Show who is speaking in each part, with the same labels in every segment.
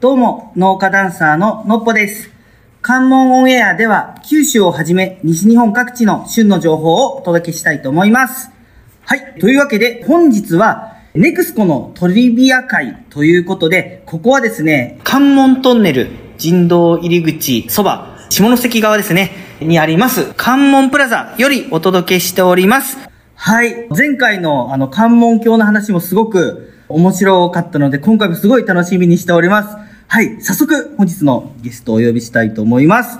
Speaker 1: どうも、農家ダンサーののっぽです。関門オンエアでは、九州をはじめ、西日本各地の旬の情報をお届けしたいと思います。はい。というわけで、本日は、ネクスコのトリビア会ということで、ここはですね、関門トンネル人道入り口そば、下関側ですね、にあります、関門プラザよりお届けしております。はい。前回のあの関門橋の話もすごく面白かったので、今回もすごい楽しみにしております。はい。早速、本日のゲストをお呼びしたいと思います。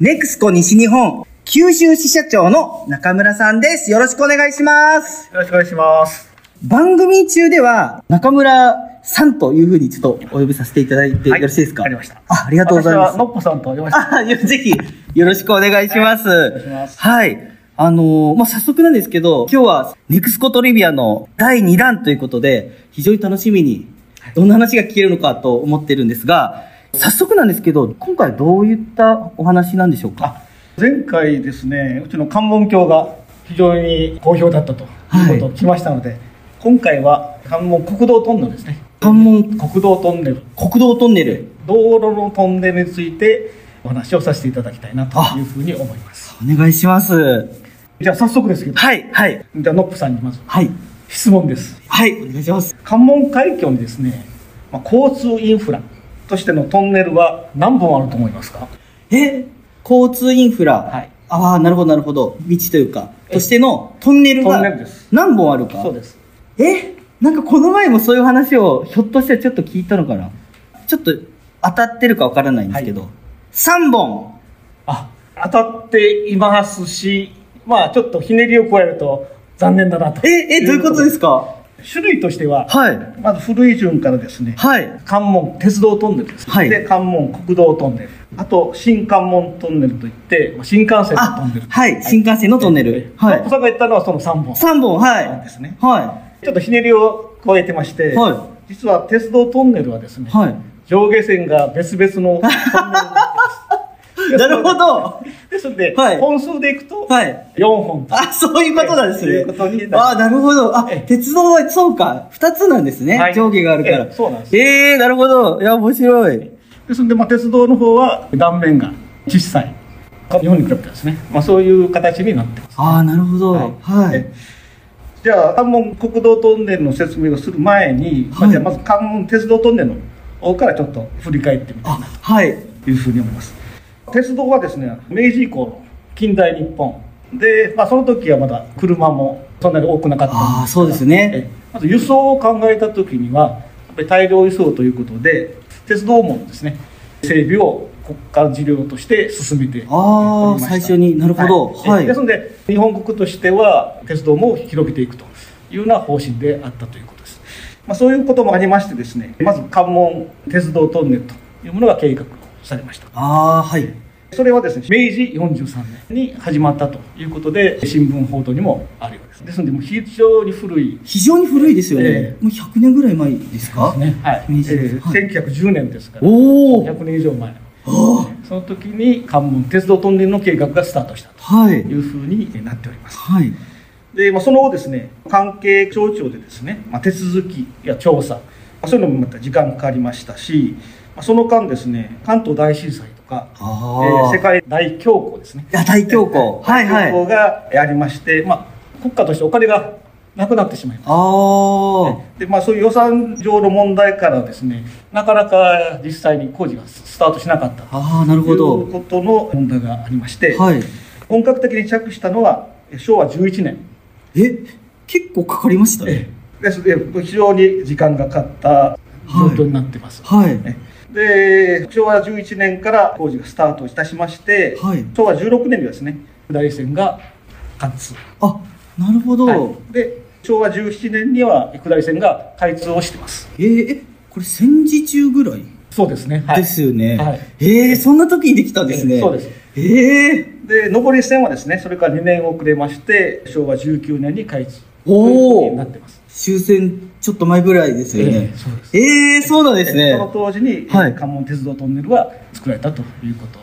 Speaker 1: ネクスコ西日本九州支社長の中村さんです。よろしくお願いします。
Speaker 2: よろしくお願いします。
Speaker 1: 番組中では中村さんというふうにちょっとお呼びさせていただいてよろしいですか、
Speaker 2: わかりました。
Speaker 1: あありがとうございま
Speaker 2: 私
Speaker 1: す
Speaker 2: は。のっぽさんと呼ばせて
Speaker 1: あ、よぜひ、よろしくお願いします。
Speaker 2: いします
Speaker 1: はい。あのーまあ、早速なんですけど、今日は、ネクスコトリビアの第2弾ということで、非常に楽しみに、どんな話が聞けるのかと思ってるんですが、早速なんですけど、今回どういったお話なんでしょうか
Speaker 2: あ前回ですね、うちの関門橋が非常に好評だったということを聞きましたので、今回は関門国道トンネルですね。
Speaker 1: 関門
Speaker 2: 国道トンネル、
Speaker 1: 国道トンネル。
Speaker 2: 道路のトンネルについてお話をさせていただきたいなというふうに思います。
Speaker 1: お願いします。
Speaker 2: じゃあ早速ですけど、
Speaker 1: はい、はい、
Speaker 2: じゃあノップさんにまず
Speaker 1: はい、
Speaker 2: 質問です。
Speaker 1: はい、お願いします。
Speaker 2: 関門海峡にですね、まあ、交通インフラとしてのトンネルは何本あると思いますか
Speaker 1: え交通インフラ、
Speaker 2: はい
Speaker 1: ああなるほどなるほど道というかとしてのトンネル
Speaker 2: トンネ
Speaker 1: が
Speaker 2: ルです
Speaker 1: 何本あるか
Speaker 2: そうです。
Speaker 1: えなんかこの前もそういう話をひょっとしてちょっと聞いたのかなちょっと当たってるかわからないんですけど、
Speaker 2: はい
Speaker 1: 3本
Speaker 2: あ当たっていますし、まあ、ちょっとひねりを加えると残念だなと
Speaker 1: ええどういうことですか
Speaker 2: 種類としては、
Speaker 1: はい
Speaker 2: まず古い順からですね、
Speaker 1: はい
Speaker 2: 関門鉄道トンネルです、
Speaker 1: はい
Speaker 2: で関門国道トンネルあと新関門トンネルといってまあ新幹線のトンネル
Speaker 1: あはい新幹線のトンネルは
Speaker 2: はいい小坂言ったのはその3本ち
Speaker 1: 3本はい
Speaker 2: そうですね
Speaker 1: は
Speaker 2: ょっとひねりを加えてまして、
Speaker 1: は
Speaker 2: 実は鉄道トンネルはです
Speaker 1: い
Speaker 2: ね、
Speaker 1: はい
Speaker 2: 上下線が別々のトンネル になってます
Speaker 1: なるほど
Speaker 2: ですので、
Speaker 1: はい
Speaker 2: 本数でいくと
Speaker 1: はい
Speaker 2: 4本と
Speaker 1: あ、そういうことなんですね。
Speaker 2: ええそういうことになります
Speaker 1: あ、なるほど。あ、
Speaker 2: ええ
Speaker 1: 鉄道は、そうか。二つなんですね。
Speaker 2: はい
Speaker 1: 上下があるから。
Speaker 2: ええそうなんです
Speaker 1: ええなるほど。いや、面白い。
Speaker 2: ですので、まあ、鉄道の方は断面が小さい日本に比べてですね、まあ、そういう形になってます
Speaker 1: ああ、なるほど。はい。
Speaker 2: えじゃあ関門国道トンネルの説明をする前に、ま
Speaker 1: は
Speaker 2: あ、
Speaker 1: い
Speaker 2: じゃあまず関門鉄道トンネルの方からちょっと振り返ってみたい
Speaker 1: あ
Speaker 2: な、
Speaker 1: はい。
Speaker 2: というふうに思います鉄道はですね明治以降の近代日本で、まあ、その時はまだ車もそんなに多くなかったんですが
Speaker 1: ああ、そうです
Speaker 2: え
Speaker 1: ね。
Speaker 2: まず輸送を考えた時にはやっぱり大量輸送ということで鉄道網のですね整備を国家事業として進めて
Speaker 1: ああ、最初に。なるほど。は
Speaker 2: え
Speaker 1: い。
Speaker 2: ですので日本国としては鉄道も広げていくというような方針であったということです、まあ、そういうこともありましてですねまず関門鉄道トンネルというものが計画をされました
Speaker 1: ああ、はい。
Speaker 2: それはですね明治43年に始まったということで新聞報道にもあるようですですのでもう非常に古い
Speaker 1: 非常に古いですよね。
Speaker 2: え
Speaker 1: もう100年ぐらい前ですか
Speaker 2: ねはい、え
Speaker 1: 明治
Speaker 2: ー
Speaker 1: はい
Speaker 2: 1910年ですから
Speaker 1: おお。
Speaker 2: 100年以上前
Speaker 1: あ
Speaker 2: その時に関門鉄道トンネルの計画がスタートした
Speaker 1: あ、はい
Speaker 2: と。いうふうになっております
Speaker 1: はい。
Speaker 2: で、まあ、その後ですね関係省庁でですね、まあ、手続きや調査、まあ、そういうのもまた時間かかりましたし、まあ、その間ですね関東大震災とか、え
Speaker 1: あ
Speaker 2: ー
Speaker 1: あ。
Speaker 2: 世界大恐慌ですね
Speaker 1: あ大恐慌。はいはい。
Speaker 2: 大恐慌がありまして、まあ、国家としてお金がなくなってしまいました
Speaker 1: ああ。
Speaker 2: でまあ、そういう予算上の問題からですねなかなか実際に工事がスタートしなかった
Speaker 1: ああ、なる
Speaker 2: とい
Speaker 1: ほ
Speaker 2: う
Speaker 1: ど。
Speaker 2: ことの問題がありまして、
Speaker 1: はい。
Speaker 2: 本格的に着手したのはえ昭和11年
Speaker 1: え、結構かかりましたね。
Speaker 2: ですで非常に時間がかかった状況になってます、
Speaker 1: はい。
Speaker 2: ねで昭和11年から工事がスタートいたしまして、
Speaker 1: はい
Speaker 2: 昭和16年にはですね下り線が貫通
Speaker 1: あ、なるほど。
Speaker 2: はいで昭和17年には下り線が開通をしてます
Speaker 1: えーえ、これ戦時中ぐらい
Speaker 2: そうですね、はい
Speaker 1: ですよね。
Speaker 2: はい
Speaker 1: えーそんな時にできたんですね。
Speaker 2: そうです。
Speaker 1: ええ
Speaker 2: で上り線はですねそれから2年遅れまして昭和19年に開通
Speaker 1: おー
Speaker 2: ということになってます
Speaker 1: 終戦ちょっと前ぐらいですよね
Speaker 2: ええ。そうです
Speaker 1: えーそうなんですね
Speaker 2: そ。の当時に、
Speaker 1: はい
Speaker 2: 関門鉄道トンネルは作られたということ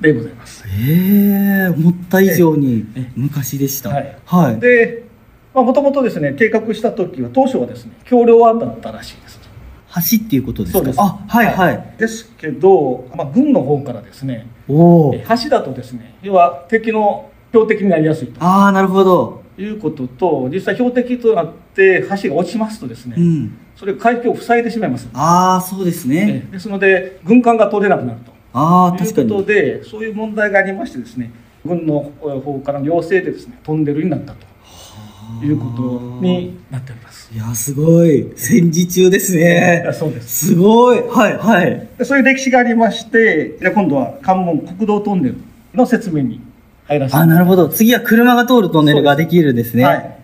Speaker 2: でございます、
Speaker 1: ええ思った以上に
Speaker 2: ええ
Speaker 1: 昔でした。
Speaker 2: はい
Speaker 1: はい。
Speaker 2: でもともとですね計画した時は当初はですね橋梁案だったらしいです
Speaker 1: 橋っていうことですか
Speaker 2: そうです
Speaker 1: あ、はいはい。
Speaker 2: ですけど、まあ、軍の方からですね
Speaker 1: おお
Speaker 2: え。橋だとですね要は敵の標的になりやすいと
Speaker 1: ああ、なるほど。
Speaker 2: いうことと実際標的となって橋が落ちますとですね、
Speaker 1: うん。
Speaker 2: それ海峡を塞いでしまいます、
Speaker 1: ああ、そうです
Speaker 2: え
Speaker 1: ね。
Speaker 2: えですので軍艦が通れなくなると
Speaker 1: ああ、
Speaker 2: とい
Speaker 1: 確
Speaker 2: う
Speaker 1: か
Speaker 2: こと
Speaker 1: に。
Speaker 2: で、そういう問題がありましてですね、軍の方からの要請でですね、トンネルになったということになっております。
Speaker 1: いや、すごい。戦時中ですね。
Speaker 2: そうです。
Speaker 1: すごい。はいはい。
Speaker 2: でそういう歴史がありまして、じゃあ今度は関門国道トンネルの説明に入らせて
Speaker 1: あなるほど。次は車が通るトンネルができるんですね。
Speaker 2: はい。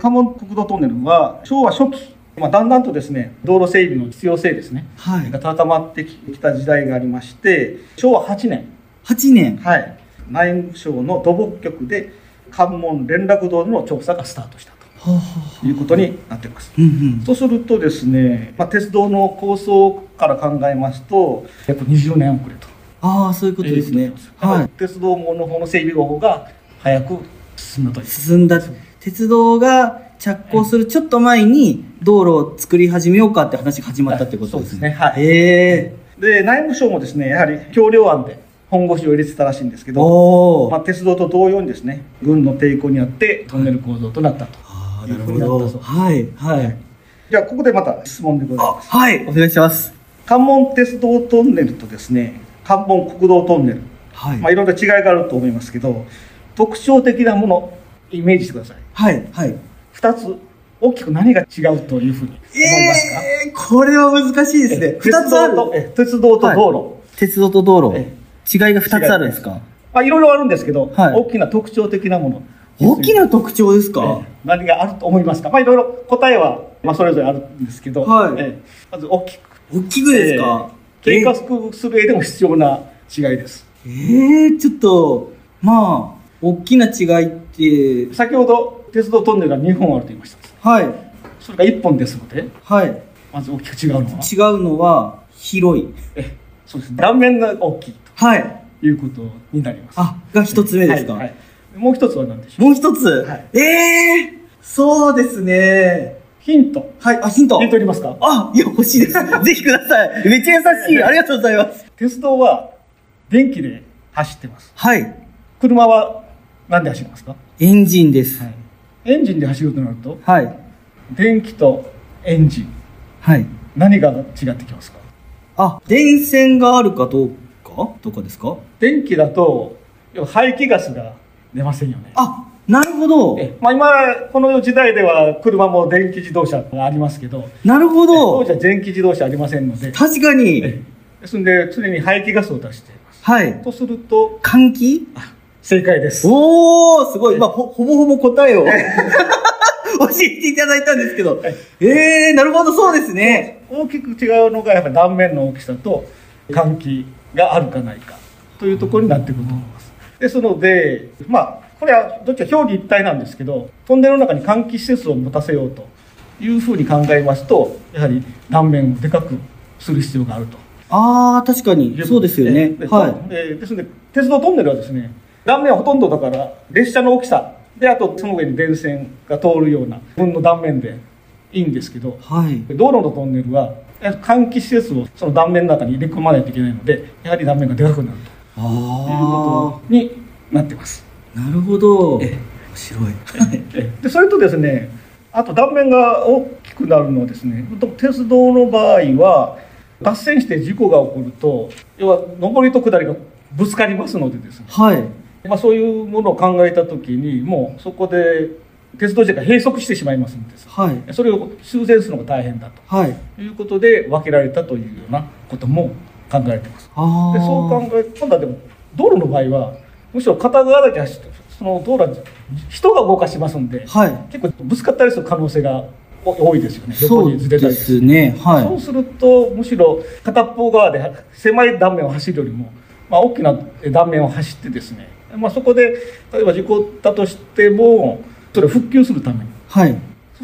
Speaker 2: 関門国道トンネルは昭和初期、まあ、だんだんとですね、道路整備の必要性ですね、
Speaker 1: はい
Speaker 2: が高まってきた時代がありまして、昭和8年、
Speaker 1: 8年。
Speaker 2: はい、内務省の土木局で関門連絡道の調査がスタートしたと。
Speaker 1: はあはあ
Speaker 2: いうことになってます。
Speaker 1: うんうん。
Speaker 2: とするとですね、まあ、鉄道の構想から考えますと、約20年遅れと。
Speaker 1: ああ、そういうことです
Speaker 2: い
Speaker 1: ね
Speaker 2: うこと。なん
Speaker 1: は
Speaker 2: です鉄道網の方の整備の方が早く進むという
Speaker 1: い。。進んだ。鉄道が着工するちょっと前に道路を作り始めようかって話が始まったってことですね。
Speaker 2: はいそうですねはい
Speaker 1: へえ。
Speaker 2: で、内務省もですね、やはり橋梁案で本腰を入れてたらしいんですけど、
Speaker 1: おお、
Speaker 2: まあ、鉄道と同様にですね、軍の抵抗にあってトンネル構造となったと。
Speaker 1: あー
Speaker 2: なったそう
Speaker 1: はいはい
Speaker 2: じゃあ、ここでまた質問でござい
Speaker 1: あ
Speaker 2: ます。
Speaker 1: はいお願いします
Speaker 2: 関門鉄道トンネルとですね、関門国道トンネル。
Speaker 1: はい、
Speaker 2: まあ、いろんな違いがあると思いますけど特徴的なものイメージしてください
Speaker 1: はいはい
Speaker 2: 2つ大きく何が違うというふうに思いますか、
Speaker 1: えー、これは難しいですね
Speaker 2: え
Speaker 1: 二
Speaker 2: 鉄
Speaker 1: つあ
Speaker 2: 道
Speaker 1: る
Speaker 2: とえ鉄道と道路、
Speaker 1: 鉄道と道路
Speaker 2: え
Speaker 1: 違いが二つあるんですか
Speaker 2: まあ、いろいろあるんですけど、
Speaker 1: はい
Speaker 2: 大きな特徴的なもの
Speaker 1: 大きな特徴ですか
Speaker 2: ええ何があると思いますか、まあ、いろいろ答えは、まあ、それぞれあるんですけど、
Speaker 1: はい
Speaker 2: ええまず大きく
Speaker 1: 大きくですか
Speaker 2: 計画する上でも必要な違いです
Speaker 1: えー、えーちょっとまあ大きな違いって
Speaker 2: 先ほど鉄道トンネルが2本あると言いました
Speaker 1: はい
Speaker 2: それが1本ですので
Speaker 1: はい
Speaker 2: まず大きく違うのは
Speaker 1: 違うのは広い
Speaker 2: えそうです断面が大きい
Speaker 1: はい
Speaker 2: ということになります。
Speaker 1: あが一つ目ですか、
Speaker 2: はいはいもう一つは何でしょう
Speaker 1: もう一つ、
Speaker 2: はい
Speaker 1: ええー、そうですね
Speaker 2: ヒント。
Speaker 1: はいあヒント
Speaker 2: ヒントいりますか
Speaker 1: あ、いや、欲し いです。ぜひください。めっちゃ優しい。ありがとうございます。
Speaker 2: 鉄道は電気で走ってます。
Speaker 1: はい。
Speaker 2: 車は何で走りますか、
Speaker 1: エンジンです。
Speaker 2: エンジンで走るとなると、
Speaker 1: はい。
Speaker 2: 電気とエンジン、
Speaker 1: はい。
Speaker 2: 何が違ってきますか
Speaker 1: あ、電線があるかどうかとかですか
Speaker 2: 電気だと、要は排気ガスが出ませんよね。
Speaker 1: あ、なるほど。
Speaker 2: えまあ、今、この時代では車も電気自動車がありますけど、
Speaker 1: なるほ
Speaker 2: 当
Speaker 1: ど
Speaker 2: 時。は電気自動車ありませんので、
Speaker 1: 確かに。
Speaker 2: ええですので常に排気ガスを出しています
Speaker 1: はい。
Speaker 2: とすると
Speaker 1: 換気
Speaker 2: あ正解です
Speaker 1: おー、すごい。まあ、ほ、ほぼほぼ答えを 教えていただいたんですけど。えー、なるほど、そうですね。
Speaker 2: 大きく違うのがやっぱり断面の大きさと換気があるかないかというところになってくると思いますですのでまあこれはどっちか表裏一体なんですけどトンネルの中に換気施設を持たせようというふうに考えますとやはり断面をでかくする必要があると
Speaker 1: あー、確かに。そうですよね。はい。
Speaker 2: い。えーですので、鉄道トンネルはですね、断面はほとんどだから、列車の大きさ、で、あとその上に電線が通るような、分の断面でいいんですけど、
Speaker 1: はい。
Speaker 2: 道路のトンネルは、やはり換気施設をその断面の中に入れ込まないといけないので、やはり断面がでかくなる
Speaker 1: あ
Speaker 2: ということになってます。
Speaker 1: ー、なるほど。
Speaker 2: ええ
Speaker 1: 面白い。はい。
Speaker 2: えーでそれとですねあと断面が大きくなるのはですね鉄道の場合は脱線して事故が起こると要は上りと下りがぶつかりますのでですね、
Speaker 1: はい。
Speaker 2: まあ、そういうものを考えた時にもうそこで鉄道自体が閉塞してしまいますのです
Speaker 1: はい。
Speaker 2: それを修繕するのが大変だ
Speaker 1: はい。
Speaker 2: ということで分けられたというようなことも考えてます
Speaker 1: あ
Speaker 2: で
Speaker 1: あ。
Speaker 2: そう考え今度はでも道路の場合はむしろ片側だけ走ってその道路は人が動かしますんで、
Speaker 1: はい。
Speaker 2: 結構ぶつかったりする可能性が多いですよね
Speaker 1: そ
Speaker 2: 横
Speaker 1: う
Speaker 2: にずれた
Speaker 1: で
Speaker 2: りする
Speaker 1: すね。
Speaker 2: そ
Speaker 1: は
Speaker 2: うするとむしろ片方側で狭い断面を走るよりも、まあ、大きな断面を走ってですね、まあ、そこで例えば事故だとしてもそれを復旧するために
Speaker 1: い。はい。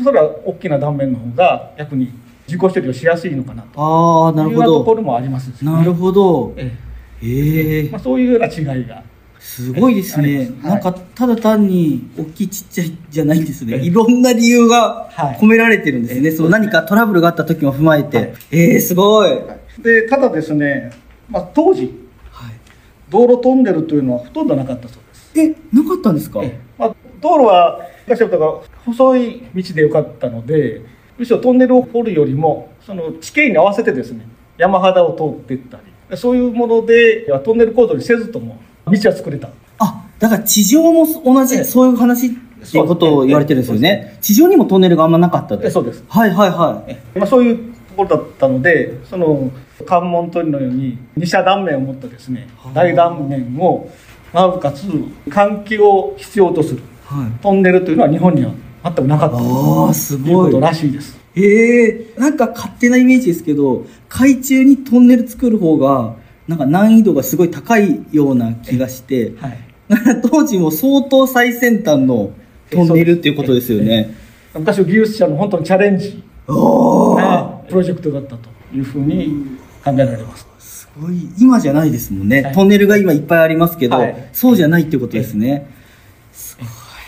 Speaker 2: それは大きな断面の方が逆に事故処理をしやすいのかなと
Speaker 1: ああ、ないる
Speaker 2: うようなとこ
Speaker 1: ほど。
Speaker 2: ろもありますですね
Speaker 1: なるほど。
Speaker 2: え
Speaker 1: ええ
Speaker 2: えまあ、そういうような違いが
Speaker 1: そすごいです
Speaker 2: えあ
Speaker 1: ね
Speaker 2: り。ます
Speaker 1: なんか、ただ単に、大きいちっちゃいじゃないんですね。
Speaker 2: え
Speaker 1: いろんな理由が
Speaker 2: はい
Speaker 1: 込められてるんですね。
Speaker 2: え
Speaker 1: そう、何かトラブルがあった時も踏まえて。
Speaker 2: はい
Speaker 1: えー、すごい。はい。
Speaker 2: でただですね、まあ、当時道路トンネルというのはほとんどなかったそうです、
Speaker 1: え、なかったんですか
Speaker 2: ええまあ、道路は昔のことが細い道でよかったのでむしろトンネルを掘るよりもその地形に合わせてですね山肌を通っていったりそういうものでトンネル構造にせずとも道は作れた
Speaker 1: あ、だから地上も同じ、
Speaker 2: ええ
Speaker 1: そういう話っていうことを言われてるんですよ
Speaker 2: そう
Speaker 1: ね。地上にもトンネルがあんまなかった
Speaker 2: ええそうです。
Speaker 1: はいはいはい。
Speaker 2: まあ、そういうところだったのでその関門鳥のように二者断面を持ったですね
Speaker 1: はあ
Speaker 2: 大断面をなおかつ換気を必要とする
Speaker 1: はい。
Speaker 2: トンネルというのは日本には全くなかった
Speaker 1: あーすごい
Speaker 2: ということらしいです
Speaker 1: ええなんか勝手なイメージですけど、海中にトンネル作る方が、なんか難易度がすごい高いような気がして、
Speaker 2: はい
Speaker 1: 当時も相当最先端のトンネルっていうことですよね。
Speaker 2: 昔の技術者の本当にチャレンジ
Speaker 1: おー
Speaker 2: なプロジェクトだったというふうに考えられます
Speaker 1: すごい、今じゃないですもんね。
Speaker 2: はい
Speaker 1: トンネルが今いっぱいありますけど、
Speaker 2: はい
Speaker 1: そうじゃないっていうことですね。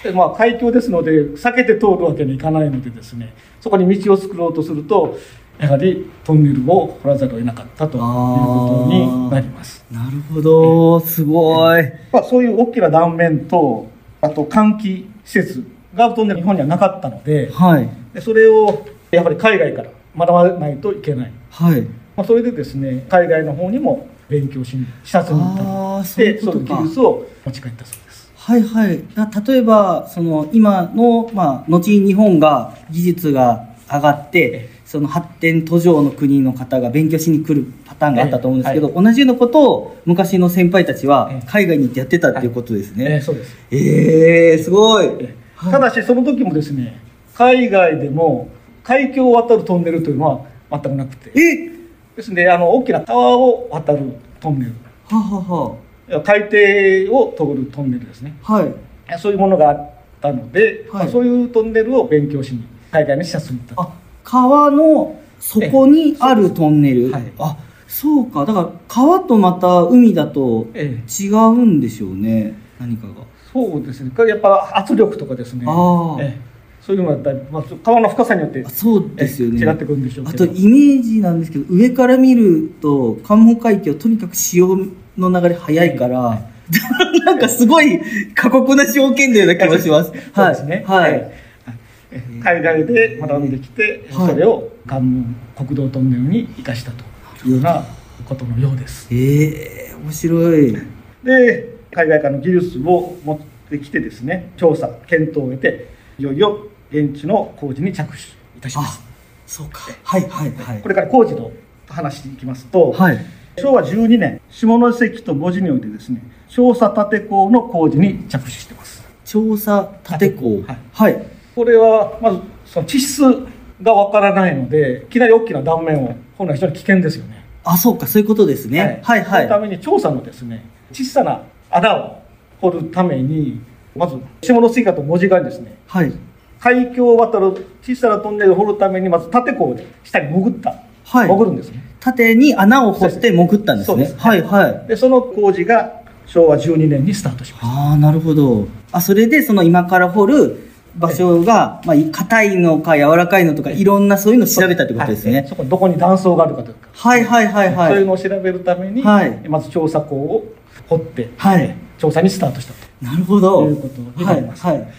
Speaker 2: でまあ海峡ですので避けて通るわけにいかないのでですねそこに道を作ろうとするとやはりトンネルを掘らざるを得なかったということになります
Speaker 1: なるほど、すごい。
Speaker 2: まあ、そういう大きな断面とあと換気施設がほとんど日本にはなかったので
Speaker 1: はい。
Speaker 2: でそれをやっぱり海外から学ばないといけない、
Speaker 1: はい。
Speaker 2: まあ、それでですね海外の方にも勉強しに視察に行ったり
Speaker 1: あー
Speaker 2: し
Speaker 1: そういう
Speaker 2: て
Speaker 1: こと
Speaker 2: その
Speaker 1: か
Speaker 2: 技術を持ち帰ったそうです
Speaker 1: はいはい。だ例えば、その今の、まあ、後に日本が技術が上がっ
Speaker 2: え
Speaker 1: て、その発展途上の国の方が勉強しに来るパターンがあったと思うんですけど、同じようなことを昔の先輩たちは
Speaker 2: ええ
Speaker 1: 海外に行ってやってたっていうことです
Speaker 2: ええ
Speaker 1: ね。
Speaker 2: そうです、
Speaker 1: ええすごい。
Speaker 2: ええ
Speaker 1: はい
Speaker 2: ただしその時もですね海外でも海峡を渡るトンネルというのは全くなくて
Speaker 1: え
Speaker 2: ですねあの大きな川を渡るトンネル
Speaker 1: はは
Speaker 2: いや海底を通るトンネルですね
Speaker 1: は。はい。
Speaker 2: そういうものがあったので、
Speaker 1: はい
Speaker 2: まあそういうトンネルを勉強しに海外の視察に行ったと
Speaker 1: あ、川の底にあるトンネル。
Speaker 2: ええそうです
Speaker 1: あ、そうか。だから川とまた海だと
Speaker 2: ええ
Speaker 1: 違うんでしょうね。何かが。
Speaker 2: そうですねこれやっぱ圧力とかですね
Speaker 1: ああ
Speaker 2: ええそういうのがだいぶ、まあ、川の深さによって
Speaker 1: あそうですよね。
Speaker 2: ええ違ってくるんでしょう
Speaker 1: あ
Speaker 2: け
Speaker 1: と
Speaker 2: ど
Speaker 1: イメージなんですけど上から見ると関門海峡とにかく潮の流れ早いから、 なんかすごい過酷な条件のような気もします。
Speaker 2: そうですね
Speaker 1: はい。はい、
Speaker 2: ええええ海外で学んできて、
Speaker 1: えはい
Speaker 2: それを関門国道トンネルに生かしたというようなことのようです
Speaker 1: ええ面白い。
Speaker 2: で海外からの技術を持ってきてですね調査検討を得ていよいよ現地の工事に着手いたします
Speaker 1: あ、そうか。はいはいはい。
Speaker 2: これから工事の話していきますと、
Speaker 1: はい。
Speaker 2: 昭和12年下関と母子においてですね調査立工の工事に着手してます
Speaker 1: 調査立て校。
Speaker 2: はい
Speaker 1: はい。
Speaker 2: これはまずその地質がわからないのでいきなり大きな断面を掘るのは非常に危険ですよね
Speaker 1: あ、そうか。そういうことですね。はいは
Speaker 2: そのた
Speaker 1: い。
Speaker 2: めに調査のですね小さな穴を掘るためにまず下関川と母子川にですね
Speaker 1: はい。
Speaker 2: 海峡を渡る小さなトンネルを掘るためにまず立工で下に潜った、
Speaker 1: はい
Speaker 2: 潜るんですね
Speaker 1: 縦に穴を掘って潜ったんです
Speaker 2: そうで
Speaker 1: ね
Speaker 2: す。
Speaker 1: はいはい。
Speaker 2: でその工事が昭和12年にスタートしました
Speaker 1: ああ、なるほど。あ、それでその今から掘る場所が、まあ、い硬いのか柔らかいのとか、いろんなそういうのを調べたってことです
Speaker 2: はい
Speaker 1: ね。
Speaker 2: そこにどこに断層があるかとか、
Speaker 1: はいはいはい
Speaker 2: そう
Speaker 1: は
Speaker 2: いう
Speaker 1: い。
Speaker 2: のを調べるために、
Speaker 1: はい
Speaker 2: まず調査口を掘って、
Speaker 1: はい。
Speaker 2: 調査にスタートした
Speaker 1: なるほど。
Speaker 2: ということになります
Speaker 1: はいはい。
Speaker 2: と。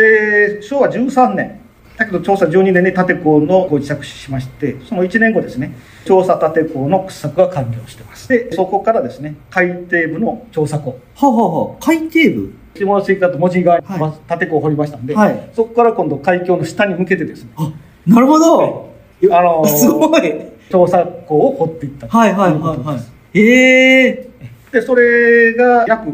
Speaker 2: で、昭和13年、だけど調査12年に立工のご自着手しまして、その1年後ですね、調査立工の掘削が完了してます。で、そこからですね、海底部の調査口。
Speaker 1: はあはあはあ海底部
Speaker 2: 下関川と文字川に
Speaker 1: はい
Speaker 2: まず立工を掘りましたんで、
Speaker 1: はい
Speaker 2: そこから今度海峡の下に向けてですね、
Speaker 1: あ、なるほど。
Speaker 2: あのー
Speaker 1: すごい。
Speaker 2: 調査口を掘っていったと
Speaker 1: はいはいはいいう
Speaker 2: こと
Speaker 1: は
Speaker 2: です
Speaker 1: い。ええ
Speaker 2: でそれが約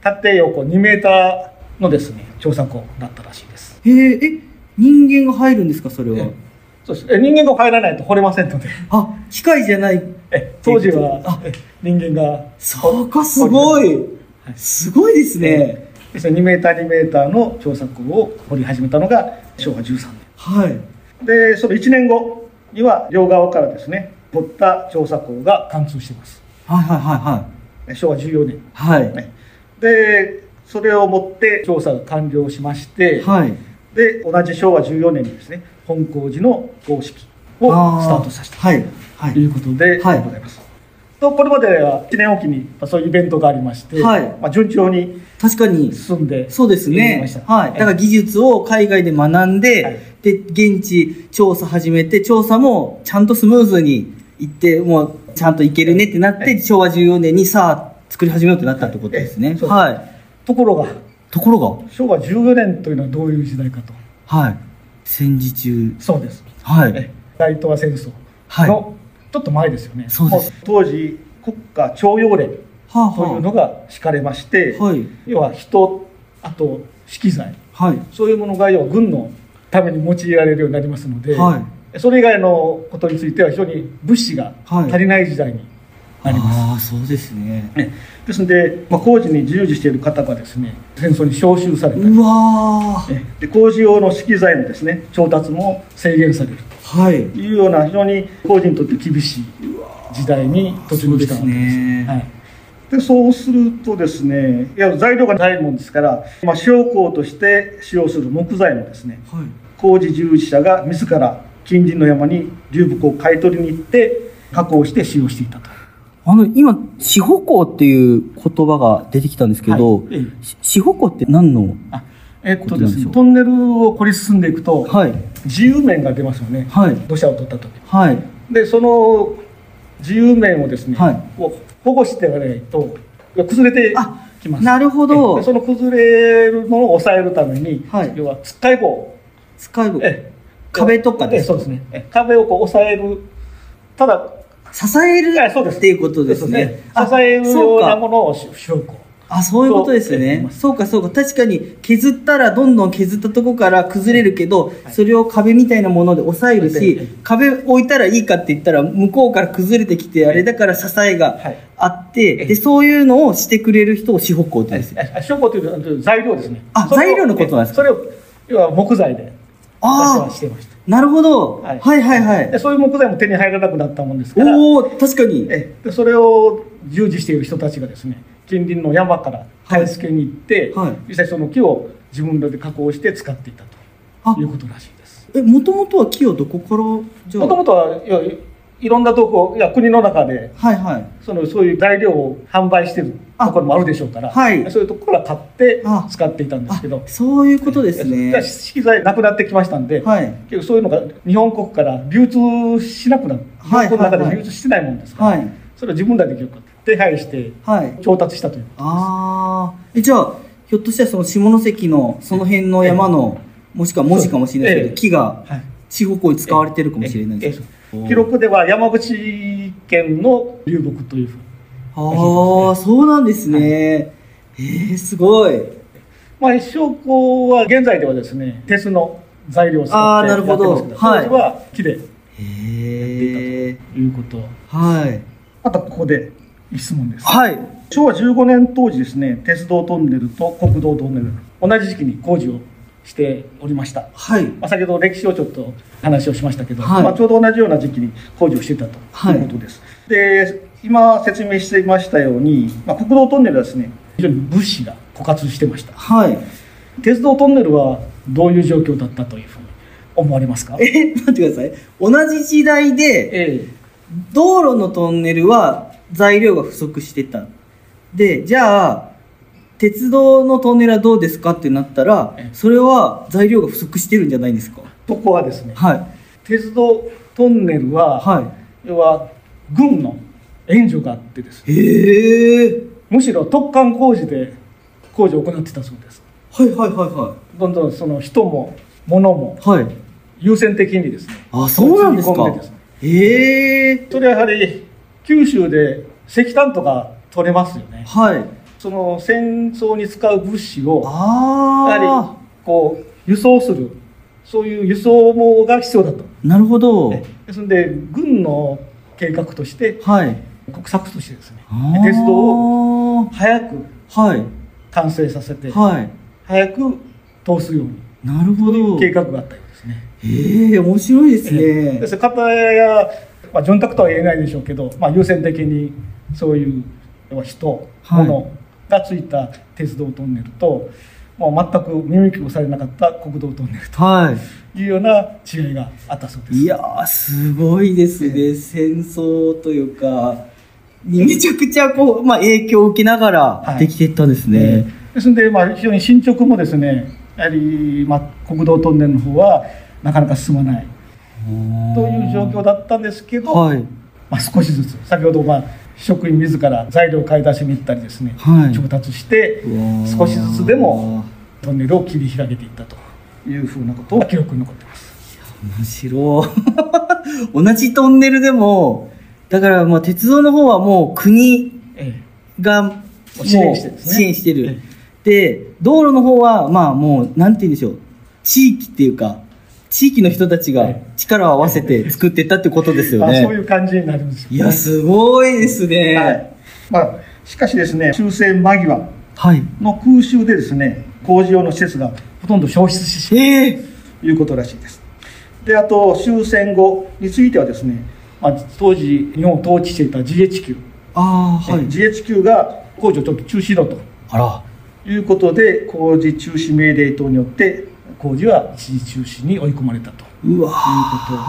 Speaker 2: 縦横2メーターのですね調査口だったらしいです
Speaker 1: ー、えー、え、人間が入るんですか、それは
Speaker 2: え。そうですえ人間が入らないと掘れませんので
Speaker 1: あ、機械じゃない。
Speaker 2: え当時
Speaker 1: あ
Speaker 2: はえ人間が
Speaker 1: そうか、すごい。すごいですね。
Speaker 2: ですね2メーター2メーターの調査口を掘り始めたのが昭和13
Speaker 1: はい。
Speaker 2: 年でその1年後には両側からですね掘った調査口が貫通しています
Speaker 1: はいはいはいはい。
Speaker 2: え昭和14年
Speaker 1: はい。
Speaker 2: ねでで、それをもって調査が完了しまして、
Speaker 1: はい。
Speaker 2: で、同じ昭和14年にですね、本光寺の公式を
Speaker 1: あ
Speaker 2: スタートさせた
Speaker 1: はい。は
Speaker 2: とい
Speaker 1: い。
Speaker 2: うことでご
Speaker 1: は
Speaker 2: ざ
Speaker 1: い
Speaker 2: います。とこれまでは1年おきにまあそういうイベントがありまして、
Speaker 1: はい
Speaker 2: まあ、順調に
Speaker 1: 確かに、
Speaker 2: 進んで
Speaker 1: そうです
Speaker 2: いきま
Speaker 1: ね
Speaker 2: した。
Speaker 1: はい。だから技術を海外で学んで、
Speaker 2: はい
Speaker 1: で、現地調査始めて、調査もちゃんとスムーズに行って、もうちゃんと行けるねってなって、
Speaker 2: はい
Speaker 1: 昭和14年にさあ、作り始めようってなったってことですね
Speaker 2: ええ。そう
Speaker 1: はい。
Speaker 2: ところが
Speaker 1: ところ
Speaker 2: 昭和14年というのはどういう時代かと
Speaker 1: が、はい。戦時中、
Speaker 2: そうです、
Speaker 1: は
Speaker 2: え
Speaker 1: い。
Speaker 2: 大東亜戦争
Speaker 1: はい。は
Speaker 2: のちょっと前ですよね、
Speaker 1: そうです
Speaker 2: も当時国家徴用令
Speaker 1: あ、
Speaker 2: という
Speaker 1: は
Speaker 2: のが敷かれまして、
Speaker 1: あ、はい。
Speaker 2: 要は人あと資機材
Speaker 1: はい。
Speaker 2: そういうものが要は軍のために用いられるようになりますので、
Speaker 1: はい
Speaker 2: それ以外のことについては非常に物資が
Speaker 1: はい
Speaker 2: 足りない時代になります。
Speaker 1: ああ、そうですね。
Speaker 2: ねですので、まあ、工事に従事している方がですね戦争に召集されたり
Speaker 1: うわー。
Speaker 2: ねで工事用の資機材のですね調達も制限される
Speaker 1: はい
Speaker 2: と。いうような非常に工事にとって厳しい時代に突入したわ
Speaker 1: そ
Speaker 2: け
Speaker 1: う
Speaker 2: で。
Speaker 1: ですすね
Speaker 2: はいでそうするとですねいや材料がないもんですから、まあ、塩工として使用する木材もですね
Speaker 1: はい。
Speaker 2: 工事従事者が自ら近隣の山に流木を買い取りに行って加工して使用していたと。
Speaker 1: あの、今、四歩行っていう言葉が出てきたんですけど、
Speaker 2: はいええ
Speaker 1: し四歩行って何の
Speaker 2: あえっと
Speaker 1: これな
Speaker 2: で
Speaker 1: んですしょ
Speaker 2: ね
Speaker 1: う
Speaker 2: トンネルを掘り進んでいくと、
Speaker 1: はい。
Speaker 2: 自由面が出ますよね、
Speaker 1: はい。
Speaker 2: 土砂を取った時
Speaker 1: はい。
Speaker 2: でその自由面をですね、
Speaker 1: はい
Speaker 2: こう保護していかないと崩れて
Speaker 1: あ
Speaker 2: きます
Speaker 1: なるほど
Speaker 2: ええその崩れるのを抑えるために、
Speaker 1: はい
Speaker 2: 要はつっかい棒を
Speaker 1: 使い分
Speaker 2: ええ
Speaker 1: 壁とかです
Speaker 2: ええそうですねええ壁をこう押さえるただ
Speaker 1: 支える
Speaker 2: ええそうです
Speaker 1: っていうことです
Speaker 2: そう
Speaker 1: ね
Speaker 2: で。す
Speaker 1: あ
Speaker 2: 支えるような
Speaker 1: そうか
Speaker 2: ものをししようこ
Speaker 1: あ、そういうことです
Speaker 2: そうええ
Speaker 1: ね。そうか、そうか。確かに、削ったら、どんどん削ったとこから崩れるけど、
Speaker 2: はい
Speaker 1: それを壁みたいなもので抑える
Speaker 2: ええ
Speaker 1: し、壁置いたらいいかって言ったら、向こうから崩れてきて、あれだから支えが
Speaker 2: はい
Speaker 1: あって、
Speaker 2: ええ
Speaker 1: で、そういうのをしてくれる人を四歩行って言うんですよ。
Speaker 2: ええしようこという材料ですね
Speaker 1: あ
Speaker 2: それを
Speaker 1: 材料のことなんですか
Speaker 2: ええそれを要は木材で私
Speaker 1: あ
Speaker 2: は
Speaker 1: あ、
Speaker 2: してました
Speaker 1: なるほど。
Speaker 2: は
Speaker 1: はいいはいはい。
Speaker 2: でそういう木材も手に入らなくなったもんですから
Speaker 1: おお、確かに。
Speaker 2: ええでそれを従事している人たちがですね近隣の山から買い付けに行って、
Speaker 1: はい
Speaker 2: 実際その木を自分らで加工して使っていた
Speaker 1: あ
Speaker 2: ということらしいです
Speaker 1: え、もともとは木をどこからじゃあ
Speaker 2: もともとはいやいろんなとこいや国の中で
Speaker 1: はいはい。
Speaker 2: そのそういう材料を販売してるところもあるでしょうから、
Speaker 1: あはい
Speaker 2: そういうところから買って
Speaker 1: あ
Speaker 2: 使っていたんですけど
Speaker 1: あ、そういうことですね
Speaker 2: ええ。資機材なくなってきましたんで、
Speaker 1: はい。
Speaker 2: 結局そういうのが日本国から流通しなくなる、
Speaker 1: はい
Speaker 2: 日本国
Speaker 1: は
Speaker 2: の
Speaker 1: いは
Speaker 2: 中
Speaker 1: い
Speaker 2: で流通してないもんですから、
Speaker 1: はい。
Speaker 2: それを自分らで結局手配して
Speaker 1: はい。
Speaker 2: 調達したという
Speaker 1: ああ。え、じゃあ、ひょっとしたらその下関のその辺の山の、もしくは文字かもしれないですけ
Speaker 2: ええ
Speaker 1: ど、木が
Speaker 2: はい
Speaker 1: 四方向に使われてるかもしれないですね。
Speaker 2: ええええ記録では山口県の流木というふうに、
Speaker 1: ああ、そうなんですね。ええ、すごい。
Speaker 2: まあ、一生こうは現在ではですね鉄の材料を使
Speaker 1: あー
Speaker 2: って
Speaker 1: な
Speaker 2: や
Speaker 1: る
Speaker 2: ってま
Speaker 1: ほ
Speaker 2: すけど
Speaker 1: ど
Speaker 2: 当時は木で
Speaker 1: へえ。
Speaker 2: ということ
Speaker 1: はい。
Speaker 2: またここで質問です
Speaker 1: はい。
Speaker 2: 昭和15年当時ですね鉄道トンネルと国道トンネル同じ時期に工事をしておりました
Speaker 1: はい。
Speaker 2: まあ、先ほど歴史をちょっと話をしましたけど、
Speaker 1: はい
Speaker 2: まあ、ちょうど同じような時期に工事をしていたと
Speaker 1: はい
Speaker 2: いうことです、で今説明していましたように、まあ、国道トンネルはですね非常に物資が枯渇してました
Speaker 1: はい。
Speaker 2: 鉄道トンネルはどういう状況だったというふうに思われますかえ
Speaker 1: え、待ってください。同じ時代で、
Speaker 2: え
Speaker 1: 道路のトンネルは材料が不足してた。で、じゃあ、鉄道のトンネルはどうですかってなったら
Speaker 2: え、え
Speaker 1: それは材料が不足してるんじゃないんですか
Speaker 2: そこはですね
Speaker 1: はい。
Speaker 2: 鉄道トンネルは、
Speaker 1: は
Speaker 2: 要は軍の援助があってですね
Speaker 1: い。へえ。
Speaker 2: むしろ突貫工事で工事を行ってたそうです
Speaker 1: はいはいはいは
Speaker 2: どんどんその人も物も
Speaker 1: い。はい。
Speaker 2: 優先的にですね
Speaker 1: あ、そうなんです
Speaker 2: 積み
Speaker 1: か
Speaker 2: 込んですね
Speaker 1: へえ。
Speaker 2: それはやはり九州で石炭とか取れますよね
Speaker 1: はい。
Speaker 2: その戦争に使う物資をや
Speaker 1: ああ。
Speaker 2: はりこう輸送するそういう輸送網が必要だと
Speaker 1: なるほど。
Speaker 2: ですので軍の計画として
Speaker 1: はい。
Speaker 2: 国策としてですね
Speaker 1: あー
Speaker 2: 鉄道を早く
Speaker 1: はい。
Speaker 2: 完成させて
Speaker 1: はい。
Speaker 2: 早く通すように
Speaker 1: なるほど。
Speaker 2: 計画があったようですね
Speaker 1: ええ面白いですね。
Speaker 2: ですから片や、まあ、潤沢とは言えないでしょうけど、まあ、優先的にそういう要は人、
Speaker 1: はい
Speaker 2: 物がついた鉄道トンネルと、もう全く見向きもされなかった国道トンネル
Speaker 1: は
Speaker 2: というような違いがあったそうで
Speaker 3: い
Speaker 2: す。
Speaker 3: やーすごいですね、戦争というか
Speaker 1: い。めちゃくちゃこう、まあ、影響を受けながら
Speaker 2: はい
Speaker 1: できていったんですね。
Speaker 2: ですので、まあ、非常に進捗もですね、やはり、まあ、国道トンネルの方はなかなか進まないという状況だったんですけど、
Speaker 1: はい。
Speaker 2: まあ、少しずつ先ほど、まあ、職員自ら材料を買い出しに行ったりですね、
Speaker 1: はい
Speaker 2: 調達して少しずつでもトンネルを切り開けていったというふうなことが記録に残ってます。
Speaker 1: 面白い。 同じトンネルでも、だからまあ鉄道の方はもう国
Speaker 2: ええ
Speaker 1: がもう
Speaker 2: 支援してですね
Speaker 1: 支援してる
Speaker 2: え
Speaker 1: で、道路の方はまあもう、なんて言うんでしょう。地域っていうか、地域の人たちが
Speaker 2: え
Speaker 1: 力を合わせて作っていったってことですよ
Speaker 2: まあ、
Speaker 1: ね。
Speaker 2: そういう感じになるんですよ、
Speaker 1: いや、すごいですね。
Speaker 2: はいまあ、しかしですね終戦間際
Speaker 1: はい。
Speaker 2: の空襲でですね工事用の施設がほとんど消失してしま
Speaker 1: ええ
Speaker 2: うということらしいですであと終戦後についてはですね、まあ、当時日本を統治していた GHQ、
Speaker 1: ああ、はい。
Speaker 2: GHQ が工事をちょっと中止だと
Speaker 1: あら。
Speaker 2: いうことで工事中止命令等によって工事は一時中止に追い込まれたという
Speaker 1: わ
Speaker 2: う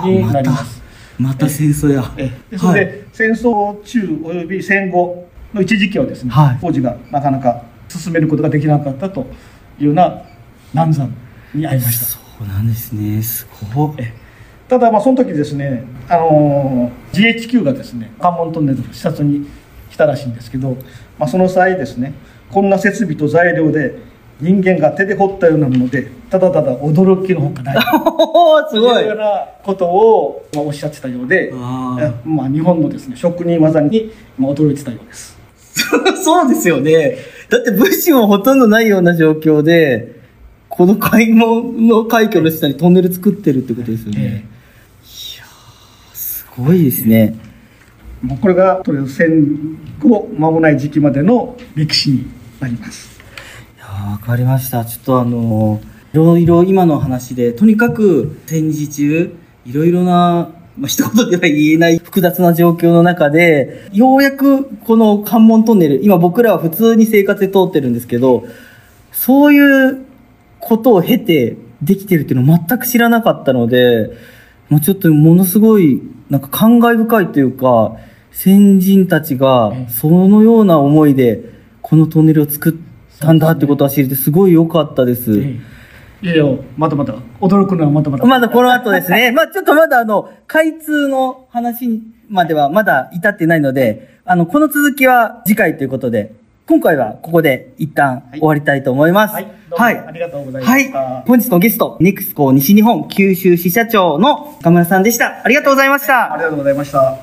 Speaker 2: ことになります、
Speaker 1: また、また戦争や。
Speaker 2: ええですので、戦争中および戦後の一時期はですね、
Speaker 1: はい
Speaker 2: 工事がなかなか進めることができなかったというような難産に遭いました
Speaker 1: そうなんですね。すごい。
Speaker 2: ただまあその時ですね、あのー GHQ がですね関門トンネルの視察に来たらしいんですけど、まあ、その際ですねこんな設備と材料で人間が手で掘ったようなものでただただ驚きのほかない
Speaker 1: お ーす
Speaker 2: と
Speaker 1: ごい
Speaker 2: いうようなことをまあおっしゃってたようで
Speaker 1: あー
Speaker 2: えまあ、日本のですね職人技にまあ驚いてたようです。
Speaker 1: そうですよね。だって物資もほとんどないような状況で、この海門の海峡の下にトンネル作ってるってことですよね。すごいですね。
Speaker 2: もうこれがとりあえず戦後間もない時期までの歴史になります。
Speaker 1: いやーわかりました。ちょっとあのーいろいろ今の話で、とにかく戦時中、いろいろな、まあ、一言では言えない複雑な状況の中で、ようやくこの関門トンネル、今僕らは普通に生活で通ってるんですけど、そういうことを経てできてるっていうのを全く知らなかったので、もうちょっとものすごい、なんか感慨深いというか、先人たちがそのような思いでこのトンネルを作ったんだってことは知れてすごい良かったです。
Speaker 2: ええいやいやまだまだ驚くのはまだまだ。
Speaker 1: まだこの後ですね。 まあちょっとまだあの、開通の話まではまだ至ってないので、あの、この続きは次回ということで、今回はここで一旦終わりたいと思います。
Speaker 2: はい、どうもありがとうございま
Speaker 1: はい
Speaker 2: した。。
Speaker 1: 本日のゲスト、ネクスコ西日本九州支社長の岡村さんでした。ありがとうございました
Speaker 2: あり。がとうございました。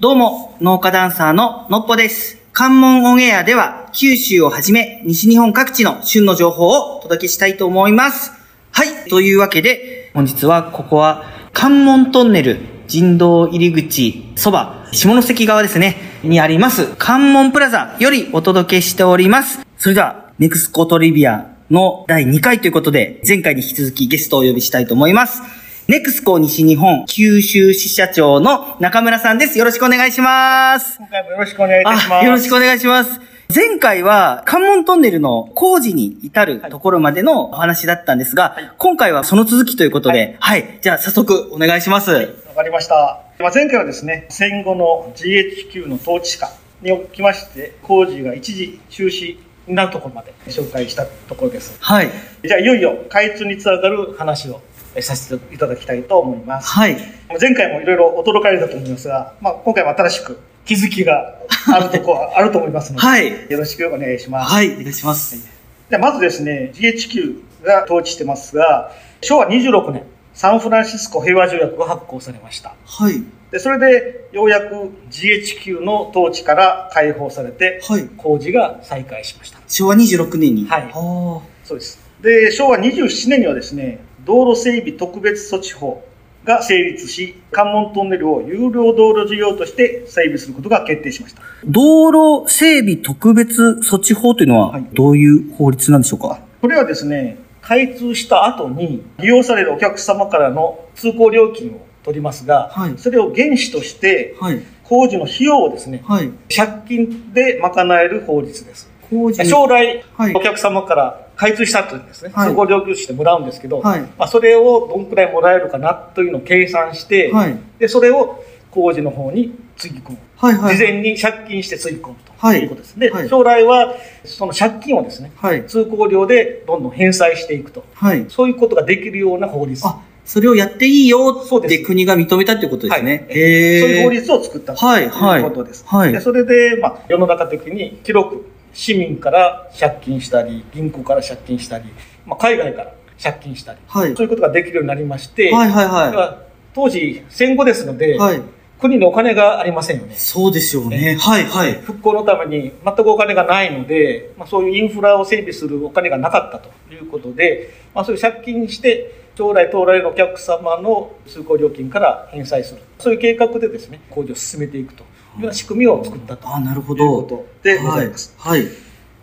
Speaker 1: どうも、農家ダンサーののっぽです。関門オンエアでは、九州をはじめ、西日本各地の旬の情報をお届けしたいと思います。はい、というわけで、本日はここは、関門トンネル人道入り口そば、下関側ですね、にあります、関門プラザよりお届けしております。それでは、ネクスコトリビアの第2回ということで、前回に引き続きゲストをお呼びしたいと思います。ネクスコ西日本九州支社長の中村さんです。よろしくお願いします。
Speaker 2: 今回もよろしくお願いいたしま
Speaker 1: あ
Speaker 2: す。
Speaker 1: よろしくお願いします。前回は関門トンネルの工事に至るところまでのお話だったんですが、今回はその続きということで、はい、じゃあ早速お願いします。
Speaker 2: わかりました。まあ、前回はですね、戦後の GHQ の統治下におきまして、工事が一時中止になるところまで紹介したところです。
Speaker 1: はい、
Speaker 2: じゃあ、いよいよ開通につながる話をえさせていただきたいと思います。
Speaker 1: はい、
Speaker 2: 前回もいろいろ驚かれたと思いますが、まあ、今回も新しく気づきがあるとこはあると思いますので、
Speaker 1: はい、
Speaker 2: よろしくお願いします。
Speaker 1: はい、お願いします。
Speaker 2: じゃあまずですね、GHQ が統治してますが、昭和26年、サンフランシスコ平和条約が発行されました。
Speaker 1: はい、
Speaker 2: でそれでようやく GHQ の統治から解放されて、
Speaker 1: はい
Speaker 2: 工事が再開しました
Speaker 1: 昭和26年に。
Speaker 2: はい
Speaker 1: あー
Speaker 2: そうですで昭和27年にはですね道路整備特別措置法が成立し、関門トンネルを有料道路事業として整備することが決定しました。
Speaker 1: 道路整備特別措置法というのは
Speaker 2: はい
Speaker 1: どういう法律なんでしょうか
Speaker 2: これはですね、開通した後に利用されるお客様からの通行料金を取りますが、
Speaker 1: はい
Speaker 2: それを原資として
Speaker 1: はい。
Speaker 2: 工事の費用をですね、
Speaker 1: はい。
Speaker 2: 借金で賄える法律です。
Speaker 1: 工
Speaker 2: 将来、
Speaker 1: はい
Speaker 2: お客様から開通した後にですね、
Speaker 1: はい
Speaker 2: 通行料金としてもらうんですけど、
Speaker 1: はい
Speaker 2: まあ、それをどんくらいもらえるかなというのを計算して、
Speaker 1: はい
Speaker 2: でそれを工事の方につぎ込む。
Speaker 1: はい
Speaker 2: 事前に借金してつぎ込むと
Speaker 1: はい
Speaker 2: いうことですね。
Speaker 1: はい
Speaker 2: 将来は、その借金をですね、
Speaker 1: はい。
Speaker 2: 通行料でどんどん返済していくと。
Speaker 1: はい。
Speaker 2: そういうことができるような法律。
Speaker 1: あ、それをやっていいよ
Speaker 2: そう
Speaker 1: って
Speaker 2: です
Speaker 1: 国が認めたってことですね。
Speaker 2: はい
Speaker 1: へー
Speaker 2: そういう法律を作ったと
Speaker 1: はいはい
Speaker 2: いうことです。
Speaker 1: はい
Speaker 2: でそれで、まあ、世の中的に広く市民から借金したり、銀行から借金したり、まあ、海外から借金したり、
Speaker 1: はい。
Speaker 2: そういうことができるようになりまして、
Speaker 1: はいはい
Speaker 2: だか
Speaker 1: は
Speaker 2: ら当時戦後ですの
Speaker 1: い。
Speaker 2: で、
Speaker 1: はい。
Speaker 2: 国にお金がありませんよね。
Speaker 1: そうですよね。
Speaker 2: ね
Speaker 1: はいはい。
Speaker 2: 復興のために全くお金がないので、まあ、そういうインフラを整備するお金がなかったということで、まあ、そういう借金して将来到来のお客様の通行料金から返済するそういう計画でですね工事を進めていくというような仕組みを作ったと
Speaker 1: あ、なるほ
Speaker 2: いうこ
Speaker 1: ど。
Speaker 2: とでございます、
Speaker 1: はい。はい。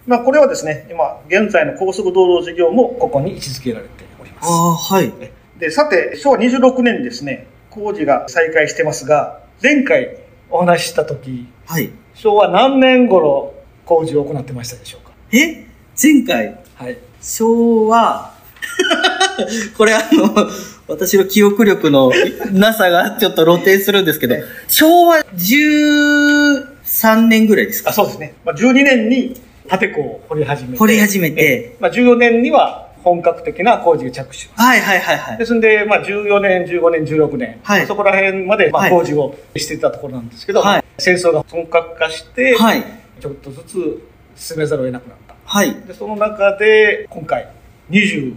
Speaker 2: まあ、これはですね今現在の高速道路事業もここに位置づけられております
Speaker 1: あーはい。
Speaker 2: でさて昭和26年にですね工事が再開してますが前回お話しした時
Speaker 1: はい。
Speaker 2: 昭和何年頃工事を行ってましたでしょうか
Speaker 1: え前回、
Speaker 2: はい。
Speaker 1: 昭和、 これあの、私の記憶力のなさがちょっと露呈するんですけど、昭和13年ぐらいですか
Speaker 2: あ、そうですね。まあ、12年に建工を掘り始めて。
Speaker 1: 掘り始めて、
Speaker 2: まあ、14年には本格的な工事が着手。
Speaker 1: はいはいはいはい。
Speaker 2: ですんで、まあ、14年、15年、16年、
Speaker 1: はい
Speaker 2: そこら辺まで、ま
Speaker 1: は
Speaker 2: あ、
Speaker 1: い
Speaker 2: 工事をしていたところなんですけど、
Speaker 1: はい
Speaker 2: 戦争が本格化して、
Speaker 1: はい。
Speaker 2: ちょっとずつ進めざるを得なくなった。
Speaker 1: はい。
Speaker 2: で、その中で、今回、26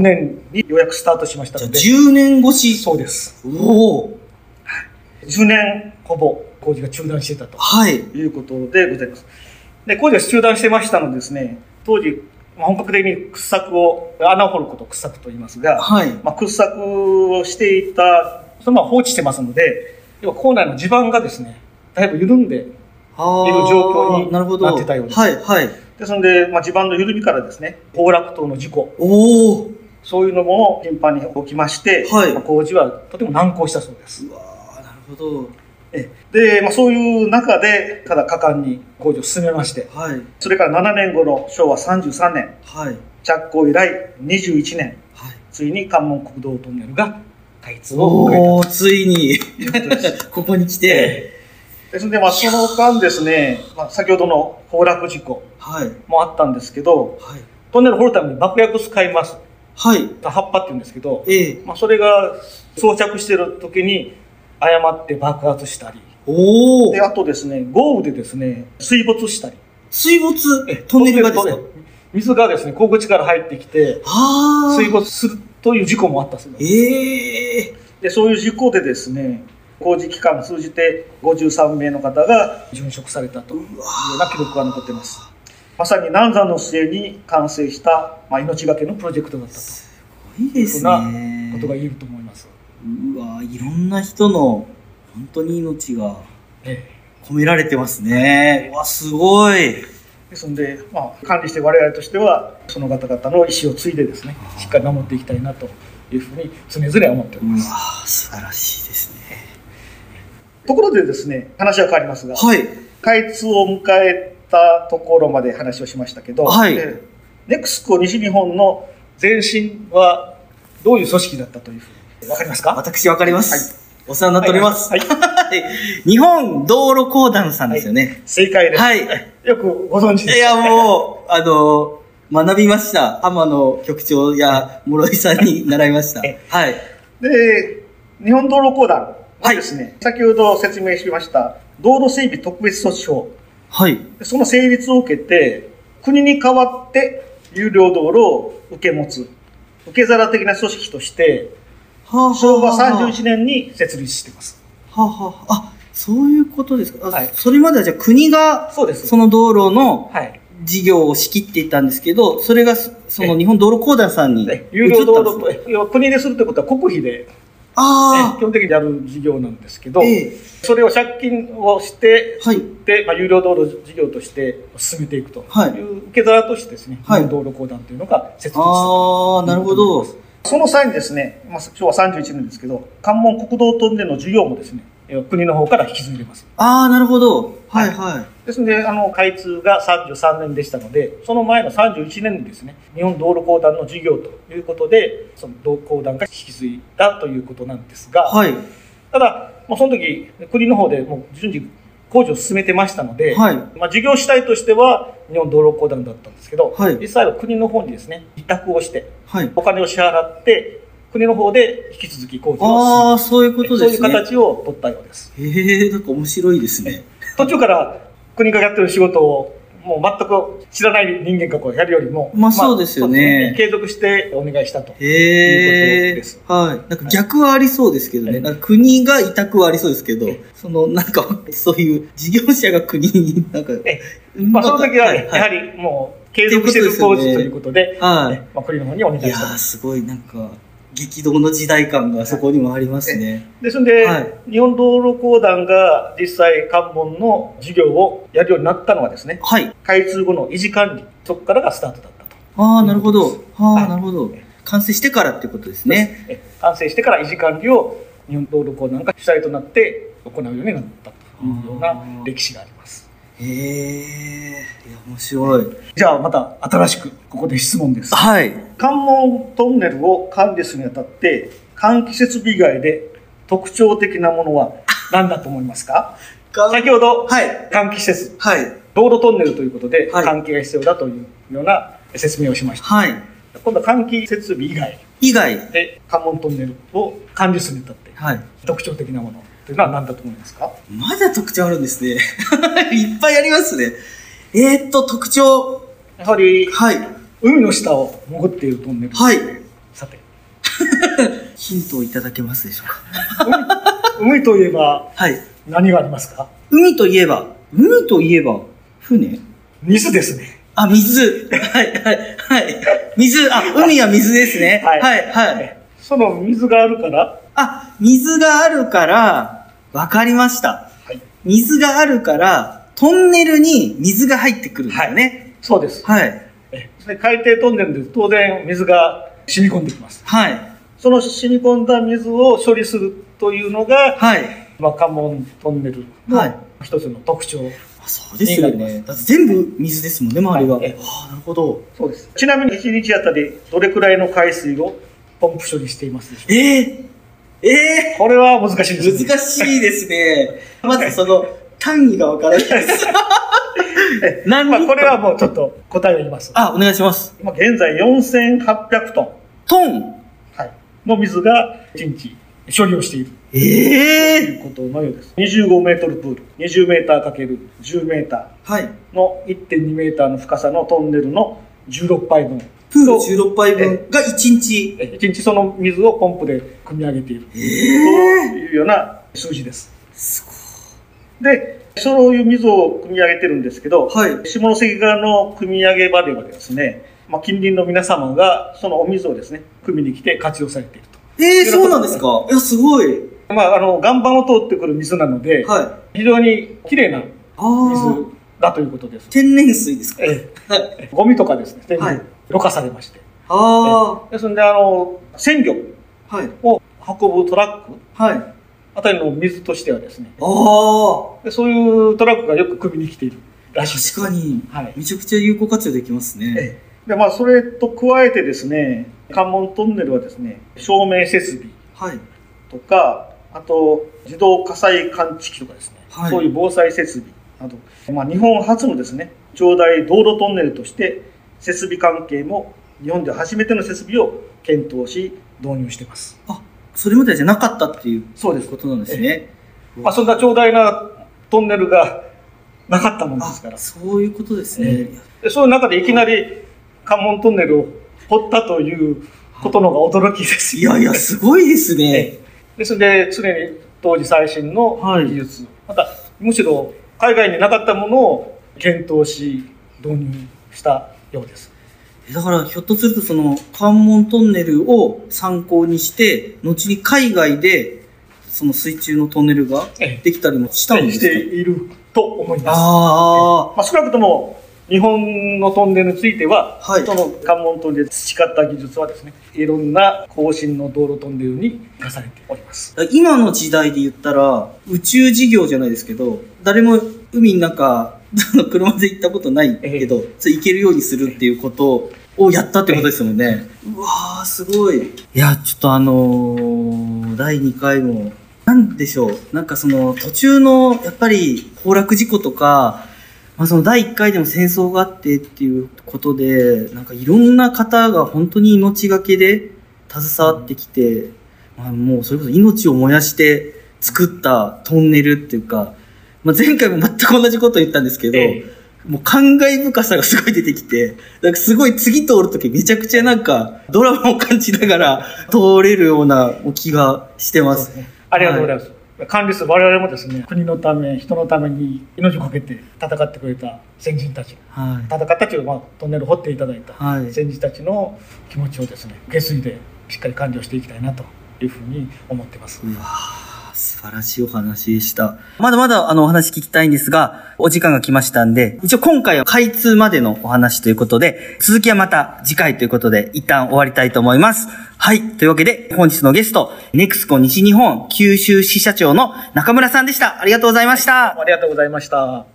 Speaker 2: 年にようやくスタートしました
Speaker 1: じゃあ
Speaker 2: ので、
Speaker 1: 10年越し。
Speaker 2: そうです。
Speaker 1: おお。
Speaker 2: 10年ほぼ工事が中断していたと。
Speaker 1: はい。
Speaker 2: ということでございます。で、工事は中断してましたのでですね、当時、まあ本格的に掘削を、穴を掘ることを掘削と言いますが、
Speaker 1: はい。
Speaker 2: まあ、掘削をしていた、そのまま放置してますので、要は校内の地盤がですね、だいぶ緩んで、
Speaker 1: あー
Speaker 2: いる状況に
Speaker 1: なるほど。
Speaker 2: なってたようです
Speaker 1: はいはい。
Speaker 2: ですので、まあ、地盤の緩みからですね、崩落等の事故、
Speaker 1: おお。
Speaker 2: そういうのも頻繁に起きまして、
Speaker 1: はい
Speaker 2: まあ工事はとても難航したそうです
Speaker 1: う。わーなるほど。
Speaker 2: えで、まあ、そういう中で、ただ果敢に工事を進めまして、
Speaker 1: はい。
Speaker 2: それから7年後の昭和33年、
Speaker 1: はい。
Speaker 2: 着工以来21年、
Speaker 1: はい。
Speaker 2: ついに関門国道トンネルが開通を迎
Speaker 1: おおついに、
Speaker 2: えたということ です。
Speaker 1: ここに来て、
Speaker 2: ですので、まあ、その間ですね、まあ、先ほどの崩落事故
Speaker 1: はい。
Speaker 2: もあったんですけど、
Speaker 1: はい。
Speaker 2: トンネル掘るために爆薬使います。
Speaker 1: はい。
Speaker 2: 葉っぱって言うんですけど、
Speaker 1: ええ。
Speaker 2: まあ、それが装着してる時に誤って爆発したり、
Speaker 1: おお
Speaker 2: で、あとですね、豪雨でですね、水没したり。
Speaker 1: 水没、トンネルがですか
Speaker 2: トンネル水がですね、高口から入ってきて、
Speaker 1: ああ。
Speaker 2: 水没するという事故もあったそうです。
Speaker 1: ええ。
Speaker 2: で、そういう事故でですね、工事期間を通じて53名の方が殉職されたというような記録が残っています。まさに難産の末に完成した、まあ、命がけのプロジェクトだったと
Speaker 1: いいです
Speaker 2: そん
Speaker 1: ね
Speaker 2: な。ことが言えると思います。
Speaker 1: うわーいろんな人の、本当に命が
Speaker 2: え
Speaker 1: 込められてますね。うわ、すごい。
Speaker 2: えですので、まあ、管理して我々としては、その方々の意思を継いでですね、しっかり守っていきたいなというふうに常々思っており
Speaker 1: うわ
Speaker 2: ます。
Speaker 1: ー素晴らしいですね。
Speaker 2: ところでですね、話は変わりますが、
Speaker 1: はい。
Speaker 2: 開通を迎えたところまで話をしましたけど、
Speaker 1: はい
Speaker 2: えーネクスコ西日本の前身はどういう組織だったというふうにわかりますか
Speaker 1: 私わかります。お世話になっております。
Speaker 2: はい、はい
Speaker 1: はい日本道路公団さんですよね。
Speaker 2: 正解です、
Speaker 1: はい。
Speaker 2: よくご存知
Speaker 1: い
Speaker 2: です
Speaker 1: や、もう、あの、学びました。浜野局長や室井さんに習いました。
Speaker 2: え
Speaker 1: はい。
Speaker 2: で日本道路公団はですね、先ほど説明しました道路整備特別措置法
Speaker 1: はい。
Speaker 2: その成立を受けて国に代わって有料道路を受け持つ受け皿的な組織として
Speaker 1: はあ、は
Speaker 2: 昭和
Speaker 1: あはあ
Speaker 2: 31年に設立しています
Speaker 1: はあはあ。あ、そういうことですか。あ
Speaker 2: はい
Speaker 1: それまではじゃあ国が、
Speaker 2: そうです
Speaker 1: その道路の
Speaker 2: はい
Speaker 1: 事業を仕切っていたんですけど、それがそ、その日本道路公団さんに移ったんです
Speaker 2: 有料道路
Speaker 1: ね
Speaker 2: と、要は国でするということは国費で
Speaker 1: あ
Speaker 2: 基本的にやる事業なんですけど、
Speaker 1: ええ
Speaker 2: それを借金をして、
Speaker 1: はい
Speaker 2: でまあ、有料道路事業として進めていくという、
Speaker 1: はい
Speaker 2: 受け皿としてですね、
Speaker 1: はい
Speaker 2: 道路公団というのが設立した
Speaker 1: あ。ああ、なるほど。
Speaker 2: その際にですね、まあ、昭和31年ですけど、関門国道トンネルの事業もですね、えー国の方から引き継いでます。
Speaker 1: ああ、なるほど。はいは
Speaker 2: ですので、あの、開通が33年でしたので、その前の31年にですね、日本道路公団の事業ということで、その道公団が引き継いだということなんですが、
Speaker 1: い。はい。
Speaker 2: ただ、もうその時、国の方でもう順次工事を進めてましたので、
Speaker 1: はい
Speaker 2: まあ、事業主体としては日本道路公団だったんですけど、
Speaker 1: はい
Speaker 2: 実際は国の方にですね、委託をして、
Speaker 1: はい。
Speaker 2: お金を支払って、国の方で引き続き工事
Speaker 1: あ
Speaker 2: を
Speaker 1: あ、そういうこ
Speaker 2: 進
Speaker 1: と
Speaker 2: めそう
Speaker 1: で
Speaker 2: いう
Speaker 1: すね。
Speaker 2: 形を取ったようです。
Speaker 1: へえ、なんか面白いですね。
Speaker 2: 途中から国がやってる仕事をもう全く知らない人間がこうやるよりも、
Speaker 1: まあそうですよね
Speaker 2: そうです継続してお願いしたと。
Speaker 1: へ
Speaker 2: いうことで
Speaker 1: え
Speaker 2: す。
Speaker 1: はい。なんか逆はありそうですけど
Speaker 2: は
Speaker 1: ね。
Speaker 2: い
Speaker 1: なんか国が委託はありそうですけど
Speaker 2: え、
Speaker 1: その、なんか、そういう事業者が国になんか、
Speaker 2: えまあ、その時は、やは
Speaker 1: り。
Speaker 2: りもう継続してる工事ということで、
Speaker 1: はい
Speaker 2: ねまあ、国の方にお願い
Speaker 1: いや
Speaker 2: したと
Speaker 1: ー、。すごいなんか、激動の時代感がそこにもありますね。
Speaker 2: ですので、
Speaker 1: はい
Speaker 2: 日本道路公団が実際関門の事業をやるようになったのはですね、
Speaker 1: はい。
Speaker 2: 開通後の維持管理、そこからがスタートだったと。
Speaker 1: ああ、なるほど。
Speaker 2: は
Speaker 1: ああ、
Speaker 2: い
Speaker 1: なるほど。完成してからってことですね。
Speaker 2: え完成してから維持管理を日本道路公団が主体となって行うようになったというような歴史があります。
Speaker 1: へえ、いや、面白い。
Speaker 2: じゃあまた新しくここで質問です。
Speaker 1: はい。
Speaker 2: 関門トンネルを管理するにあたって、換気設備以外で特徴的なものは何だと思いますか先ほど、
Speaker 1: はい。
Speaker 2: 換気施設
Speaker 1: はい。
Speaker 2: 道路トンネルということで、
Speaker 1: はい
Speaker 2: 換気が必要だというような説明をしました。
Speaker 1: はい。
Speaker 2: 今度は換気設備以外
Speaker 1: 以外。
Speaker 2: で、関門トンネルを管理するにあたって、
Speaker 1: はい。
Speaker 2: 特徴的なものというのは何だと思いますか
Speaker 1: まだ特徴あるんですね。 いっぱいありますね。えー、っと、特徴。
Speaker 2: やはり、
Speaker 1: はい。
Speaker 2: 海の下を潜っているトンネル。
Speaker 1: はい。
Speaker 2: さて、
Speaker 1: ヒントをいただけますでしょうか。
Speaker 2: 海といえば
Speaker 1: はい。
Speaker 2: 何がありますか
Speaker 1: 海といえば、海といえば、船
Speaker 2: 水ですね。
Speaker 1: あ、水。はい、はい、はい。水、あ、海は水ですね。は、
Speaker 2: はいい
Speaker 1: はい。
Speaker 2: その水があるから、
Speaker 1: あ、水があるから、わかりました。
Speaker 2: はい、
Speaker 1: 水があるから、トンネルに水が入ってくるんですよね。
Speaker 2: そうです。
Speaker 1: はい。
Speaker 2: えそれで海底トンネルで当然水が染み込んできます。
Speaker 1: はい。
Speaker 2: その染み込んだ水を処理するというのが、
Speaker 1: はい。
Speaker 2: まあ、関門トンネル
Speaker 1: はい
Speaker 2: の一つの特徴、
Speaker 1: あそうですよ
Speaker 2: になり
Speaker 1: ね。だって全部水ですもんね、周りは。
Speaker 2: はい
Speaker 1: ああ、なるほど。
Speaker 2: そうですちなみに1日あたりどれくらいの海水をポンプ処理していますでしょうか
Speaker 1: ええええ
Speaker 2: これは難しいです、ね、
Speaker 1: 難しいですね。 まずその、単位がわからないです。 何
Speaker 2: まあ、これはもうちょっと答えを言います
Speaker 1: あ、お願いします。
Speaker 2: 今現在4800トン、
Speaker 1: トン
Speaker 2: はい、の水が1日処理をしている
Speaker 1: え
Speaker 2: とい
Speaker 1: え
Speaker 2: うことのようです25メートルプール20メーターかける10メータ
Speaker 1: はい。
Speaker 2: ーの1.2メーターの深さのトンネルの16杯分
Speaker 1: プール16杯分が1日。
Speaker 2: え一日その水をポンプで汲み上げているというような数字です。
Speaker 1: す
Speaker 2: で、そういう水を汲み上げてるんですけど、
Speaker 1: はい
Speaker 2: 下関側の汲み上げ場ではですね、まあ、近隣の皆様がそのお水をですね、汲みに来て活用されている
Speaker 1: ええそうなんですかいや、すごい。
Speaker 2: と。まあ、あの、岩盤を通ってくる水なので、
Speaker 1: はい。
Speaker 2: 非常に綺麗な
Speaker 1: ああ
Speaker 2: 水。だということです。
Speaker 1: 天然水ですか
Speaker 2: え
Speaker 1: はい。
Speaker 2: えゴミとかですね、全部
Speaker 1: はい
Speaker 2: ろ過されまして。
Speaker 1: あ
Speaker 2: ですので、あの、鮮魚
Speaker 1: あ。はい。
Speaker 2: を運ぶトラック
Speaker 1: はい。
Speaker 2: あたりの水としてはですね、
Speaker 1: ああ。
Speaker 2: でそういうトラックがよく汲みに来ているらしいです。
Speaker 1: 確かに。
Speaker 2: はい。
Speaker 1: めちゃくちゃ有効活用できますね。
Speaker 2: ええで、まあ、それと加えてですね、関門トンネルはですね、照明設備
Speaker 1: はい。
Speaker 2: とか、あと、自動火災感知器とかですね、
Speaker 1: はい
Speaker 2: そういう防災設備など、まあ、日本初のですね、長大道路トンネルとして、設備関係も日本で初めての設備を検討し、導入しています。
Speaker 1: あ、それまでじゃなかったっていう
Speaker 2: そうです
Speaker 1: ことなんですね。
Speaker 2: まあ、そんな長大なトンネルがなかったものですから
Speaker 1: あ、。そういうことですね。
Speaker 2: えでそういう中でいきなり関門トンネルを掘ったということの方が驚きです
Speaker 1: いやいや、すごいですね。
Speaker 2: ですので常に当時最新の
Speaker 1: はい
Speaker 2: 技術、またむしろ海外になかったものを検討し導入したようです
Speaker 3: だからひょっとするとその関門トンネルを参考にして後に海外でその水中のトンネルが
Speaker 2: ええ
Speaker 3: できたりもしたんで
Speaker 2: し
Speaker 3: す
Speaker 2: て
Speaker 3: か
Speaker 2: いると思います。
Speaker 3: あ
Speaker 2: まあ、少なくとも日本のトンネルについては、
Speaker 3: はい
Speaker 2: その関門トンネルで培った技術はですねいろんな更新の道路トンネルに生かされております。
Speaker 3: あ今の時代で言ったら宇宙事業じゃないですけど誰も海の中 あの車で行ったことないけど、それ行けるようにするっていうことをやったってことですもんね、うわーすごいいやちょっとあのー第2回もなんでしょうなんかその途中のやっぱり崩落事故とかまあ、その第1回でも戦争があってっていうことでなんかいろんな方が本当に命がけで携わってきて、まあ、もうそれこそ命を燃やして作ったトンネルっていうか、まあ、前回も全く同じこと言ったんですけど、
Speaker 2: え
Speaker 3: もう感慨深さがすごい出てきて、なんかすごい次通るときめちゃくちゃなんかドラマを感じながら通れるような気がしてます。
Speaker 2: ありがとうございます。管理する我々もですね国のため人のために命を懸けて戦ってくれた先人たち
Speaker 3: はい。
Speaker 2: 戦ったちを、まあ、トンネルを掘っていただいた
Speaker 3: はい。
Speaker 2: 先人たちの気持ちをですね受け継いでしっかり管理をしていきたいなというふうに思ってます。
Speaker 3: うわー素晴らしいお話でした。
Speaker 1: まだまだあのお話聞きたいんですが、お時間が来ましたんで、一応今回は開通までのお話ということで、続きはまた次回ということで、一旦終わりたいと思います。はい。というわけで、本日のゲスト、ネクスコ西日本九州支社長の中村さんでした。ありがとうございました。
Speaker 2: ありがとうございました。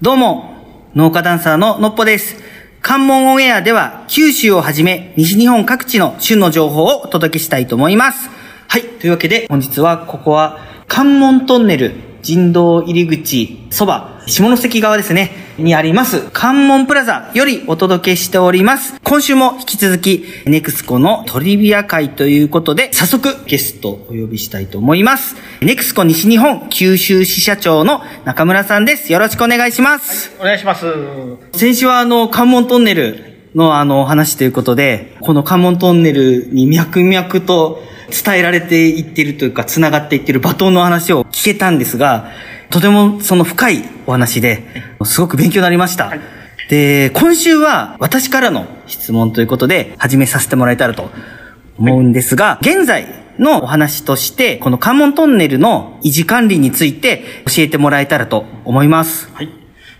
Speaker 1: どうも、農家ダンサーののっぽです。関門オンエアでは、九州をはじめ、西日本各地の旬の情報をお届けしたいと思います。はい、というわけで、本日はここは、関門トンネル、人道入り口、そば、下関側ですね、にあります、関門プラザよりお届けしております。今週も引き続き、ネクスコのトリビア会ということで、早速ゲストをお呼びしたいと思います。ネクスコ西日本九州支社長の中村さんです。よろしくお願いします。
Speaker 2: お願いします。
Speaker 1: 先週はあの、関門トンネルのあの、お話ということで、この関門トンネルに脈々と伝えられていってるというか、繋がっていってるバトンの話を聞けたんですが、とてもその深いお話で、すごく勉強になりました。で、今週は私からの質問ということで、始めさせてもらえたらと思うんですが、現在のお話として、この関門トンネルの維持管理について教えてもらえたらと思います。
Speaker 2: はい。わ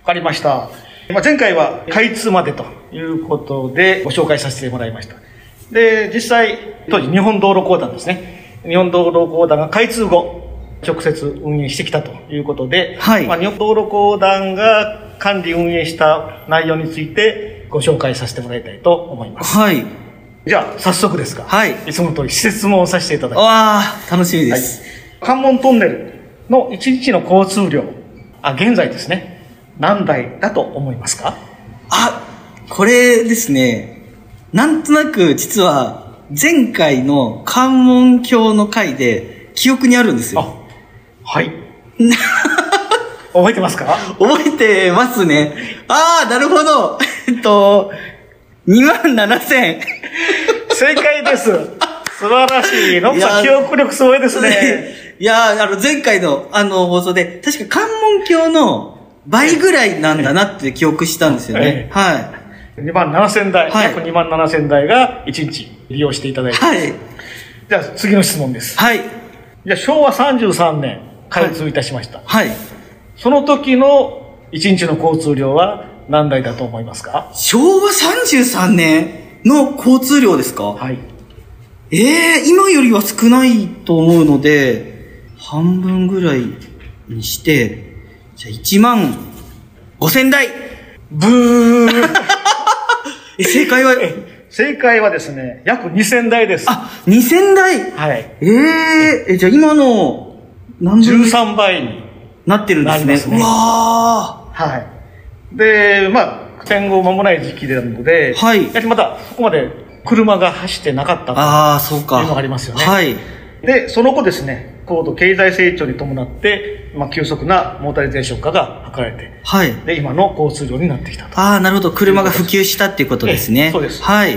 Speaker 2: かりました。まあ、前回は開通までということでご紹介させてもらいました。で、実際、当時日本道路公団ですね。日本道路公団が開通後、直接運営してきたということで、
Speaker 1: はい
Speaker 2: まあ、日本道路公団が管理運営した内容についてご紹介させてもらいたいと思います。
Speaker 1: はい。
Speaker 2: じゃあ、早速ですが、
Speaker 1: はい
Speaker 2: いつもの通り質問をさせていただきま
Speaker 1: わ
Speaker 2: す
Speaker 1: あ、楽しみで
Speaker 2: はい
Speaker 1: す。、
Speaker 2: 関門トンネルの1日の交通量あ現在ですね何台だと思いますか
Speaker 3: あ、これですね、なんとなく実は前回の関門橋の回で記憶にあるんですよ。
Speaker 2: あはい覚えてますか
Speaker 3: 覚えてますね。ああ、なるほど。 えっと、2万7千。
Speaker 2: 正解です素晴らしいノブさん
Speaker 3: い
Speaker 2: 記
Speaker 3: や
Speaker 2: 憶力すごいですね。
Speaker 3: いやーあの、前回の、あの、放送で、確か関門橋の倍ぐらいなんだなって記憶したんですよね
Speaker 2: ええ。
Speaker 3: はい。
Speaker 2: 2万7000台、
Speaker 3: はい
Speaker 2: 約2万7000台が1日利用していただいて、
Speaker 3: はい。
Speaker 2: じゃあ次の質問です
Speaker 3: はい。
Speaker 2: じゃあ昭和33年開通いたしました、
Speaker 3: はい。
Speaker 2: その時の1日の交通量は何台だと思いますか
Speaker 3: 昭和33年の交通量ですか
Speaker 2: はい
Speaker 3: ええ今よりは少ないと思うので、半分ぐらいにして、じゃあ1万5千台
Speaker 2: ブー
Speaker 3: え、正解は、
Speaker 2: 正解はですね、約2000台です。は
Speaker 3: あ、2千台
Speaker 2: い。
Speaker 3: えええ、じゃあ今の、何分
Speaker 2: 13倍に。
Speaker 3: なってるんです
Speaker 2: な
Speaker 3: ね。
Speaker 2: りますね
Speaker 3: うわ
Speaker 2: はい。で、まあ、戦後間もない時期なので、
Speaker 3: はい
Speaker 2: やはりまだ、そこまで車が走ってなかっ
Speaker 3: ー
Speaker 2: た
Speaker 3: ああ、そうか。
Speaker 2: いうのがありますよね
Speaker 3: はい。
Speaker 2: と。で、その後ですね、高度経済成長に伴って、まあ、急速なモータリゼーション化が図られて、
Speaker 1: はい。
Speaker 2: で、今の交通量になってきたと。
Speaker 1: ああ、なるほど。車が普及したっていうことですね。
Speaker 2: ええそうです
Speaker 1: はい。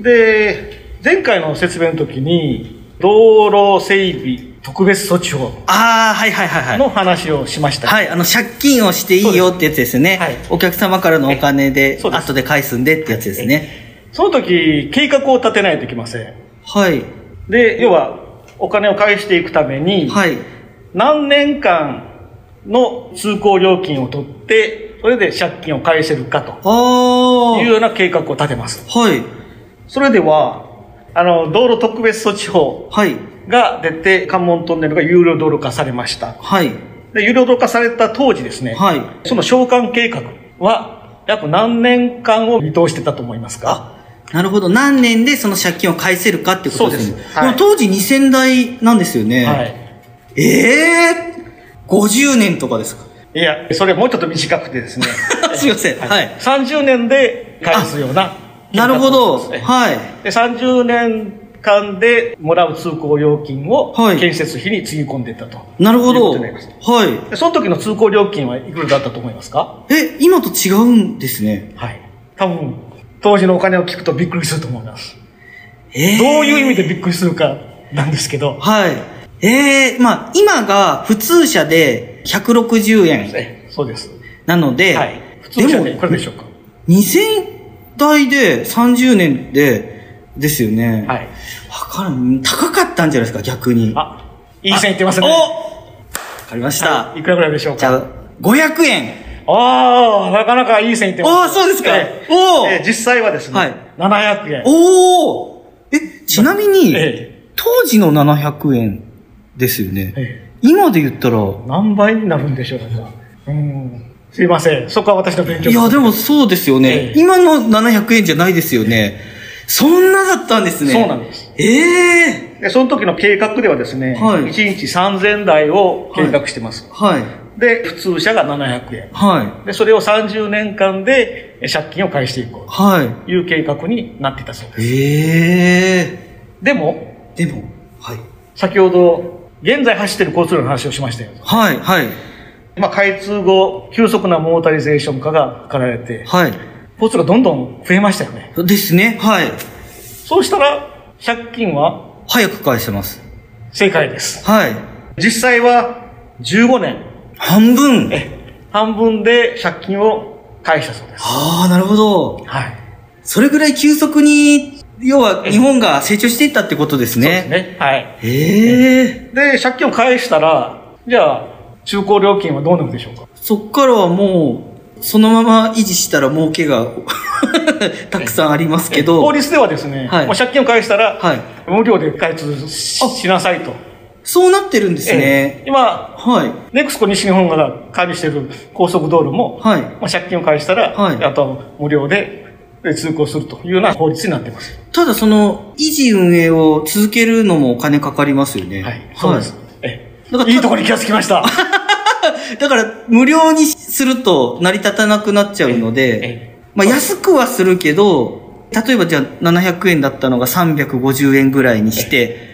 Speaker 2: で、前回の説明の時に、道路整備特別措置法
Speaker 1: ああ、はいはいはいはい。
Speaker 2: の話をしました。
Speaker 1: はい、あの、借金をしていいよってやつですね。
Speaker 2: はい
Speaker 1: お客様からのお金で
Speaker 2: え、そうです
Speaker 1: 後で返すんでってやつですね。
Speaker 2: その時、計画を立てないといけません。
Speaker 1: はい。
Speaker 2: で、要は、お金を返していくために、
Speaker 1: はい。
Speaker 2: 何年間の通行料金を取って、それで借金を返せるかと
Speaker 1: ああ。
Speaker 2: いうような計画を立てます。
Speaker 1: はい。
Speaker 2: それでは、あの、道路特別措置法
Speaker 1: はい。
Speaker 2: が出て、関門トンネルが有料道路化されました。
Speaker 1: はい。
Speaker 2: で、有料道路化された当時ですね、
Speaker 1: はい。
Speaker 2: その償還計画は、約何年間を見通してたと思いますか
Speaker 1: なるほど。何年でその借金を返せるかってことです
Speaker 2: そう
Speaker 1: ね。
Speaker 2: ですはい
Speaker 1: も当時2000台なんですよね。
Speaker 2: はい。
Speaker 1: ええー、50年とか ですか
Speaker 2: いや、それもうちょっと短くてですね。
Speaker 1: すいません。はい。
Speaker 2: 30年で返すような。
Speaker 1: なるほど。
Speaker 2: 計画ですね
Speaker 1: はい。
Speaker 2: で30年間でもらう通行料金を
Speaker 1: はい
Speaker 2: 建設費につぎ込んでいったと。
Speaker 1: なるほ
Speaker 2: いうこ
Speaker 1: ど。
Speaker 2: とになります
Speaker 1: は
Speaker 2: でその時の通行料金はいくらだったと思いますか
Speaker 1: い。え、今と違うんですね。
Speaker 2: はい。多分、当時のお金を聞くとびっくりすると思います。
Speaker 1: えー
Speaker 2: どういう意味でびっくりするかなんですけど。
Speaker 1: はい。ええまあ、今が普通車で160円
Speaker 2: ええそうです。
Speaker 1: なので、
Speaker 2: はい。普通車で
Speaker 1: で
Speaker 2: い
Speaker 1: も
Speaker 2: くらでしょうか
Speaker 1: 2000台で30年で、ですよね。
Speaker 2: は。い。
Speaker 1: わからん。高かったんじゃないですか、逆に。あ、
Speaker 2: あ、いい線いってますね。
Speaker 1: おわかりました。
Speaker 2: いくらぐらいでしょう
Speaker 1: じ
Speaker 2: か
Speaker 1: ゃあ、500円。
Speaker 2: ああ、なかなかいい線いってます。
Speaker 1: ああ、そうですか。
Speaker 2: ええ
Speaker 1: お
Speaker 2: ええ
Speaker 1: ー
Speaker 2: 実際はですね、
Speaker 1: はい
Speaker 2: 700円。
Speaker 1: おーえ、ちなみに、
Speaker 2: え
Speaker 1: 当時の700円ですよね。
Speaker 2: ええ
Speaker 1: 今で言ったら、
Speaker 2: え何倍になるんでしょうか。うん。すいません。そこは私の勉強
Speaker 1: いや、で
Speaker 2: も、
Speaker 1: もそうですよね
Speaker 2: ええ。
Speaker 1: 今の700円じゃないですよね。そんなだったんですね。
Speaker 2: そうなんです。
Speaker 1: ええ
Speaker 2: で、その時の計画ではですね、
Speaker 1: はい
Speaker 2: 1日3000台を計画してます。
Speaker 1: はい。
Speaker 2: で、普通車が700円。
Speaker 1: はい。
Speaker 2: で、それを30年間でえ借金を返していこう
Speaker 1: は
Speaker 2: という計画になっていたそうです。
Speaker 1: い。ええ
Speaker 2: でも、
Speaker 1: でも、はい。
Speaker 2: 先ほど、現在走ってる交通量の話をしましたよ。
Speaker 1: はい、はい。
Speaker 2: まあ、開通後、急速なモータリゼーション化が図られて、
Speaker 1: はい。
Speaker 2: 交通がどんどん増えましたよね。
Speaker 1: ですね。はい。
Speaker 2: そうしたら、借金は
Speaker 1: 早く返せます。
Speaker 2: 正解です。
Speaker 1: はい。
Speaker 2: 実際は、15年、
Speaker 1: 半分。
Speaker 2: 半分で借金を返したそうです。
Speaker 1: ああ、なるほど。
Speaker 2: はい。
Speaker 1: それぐらい急速に、要は日本が成長していったってことです
Speaker 2: そうです
Speaker 1: ね。
Speaker 2: ね。はい。
Speaker 1: ええ
Speaker 2: で、借金を返したら、じゃあ、中古料金はどうなるでしょうか
Speaker 1: そっからはもう、そのまま維持したら儲けが たくさんありますけど
Speaker 2: 法、律ではですね、
Speaker 1: はい
Speaker 2: もう借金を返したら、
Speaker 1: はい。
Speaker 2: 無料で開通し
Speaker 1: あ
Speaker 2: しなさいと。
Speaker 1: そうなってるんですね。
Speaker 2: ええ今、
Speaker 1: はい。
Speaker 2: ネクスコ西日本が管理している高速道路も、
Speaker 1: はい。
Speaker 2: まあ、借金を返したら、
Speaker 1: はい
Speaker 2: あとは無料でで通行するというような法律になっています。
Speaker 1: ただその、維持運営を続けるのもお金かかりますよね。
Speaker 2: はい。そうです。ええ
Speaker 1: だから
Speaker 2: いいところに気がつき ました。
Speaker 1: だから、無料にすると成り立たなくなっちゃうの
Speaker 2: え
Speaker 1: で
Speaker 2: え、
Speaker 1: まあ安くはするけど、例えばじゃあ700円だったのが350円ぐらいにして、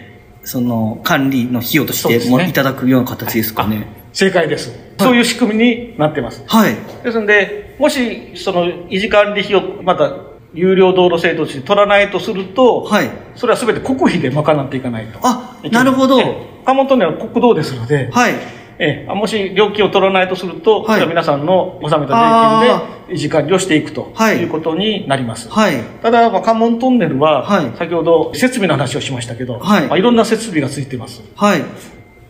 Speaker 1: その管理の費用と
Speaker 2: そう
Speaker 1: し
Speaker 2: です
Speaker 1: て
Speaker 2: ね
Speaker 1: もいただくような形ですかね。
Speaker 2: 正解です。そういう仕組みになってます。
Speaker 1: はい。
Speaker 2: ですので、もし、その維持管理費をまた有料道路制度として取らないとすると、
Speaker 1: はい。
Speaker 2: それは全て国費で賄っていかないと。
Speaker 1: あ、なるほど。
Speaker 2: ええ。関門トンネルは国道ですので、
Speaker 1: はい。
Speaker 2: ええ、もし料金を取らないとすると、
Speaker 1: はい
Speaker 2: それは皆さんの納めた税金で維持管理をしていくと
Speaker 1: はい
Speaker 2: いうことになります。
Speaker 1: はい。
Speaker 2: ただ、まあ、関門トンネルは、
Speaker 1: はい
Speaker 2: 先ほど設備の話をしましたけ
Speaker 1: は
Speaker 2: ど、
Speaker 1: い
Speaker 2: まあ、いろんな設備がついてます。
Speaker 1: はい。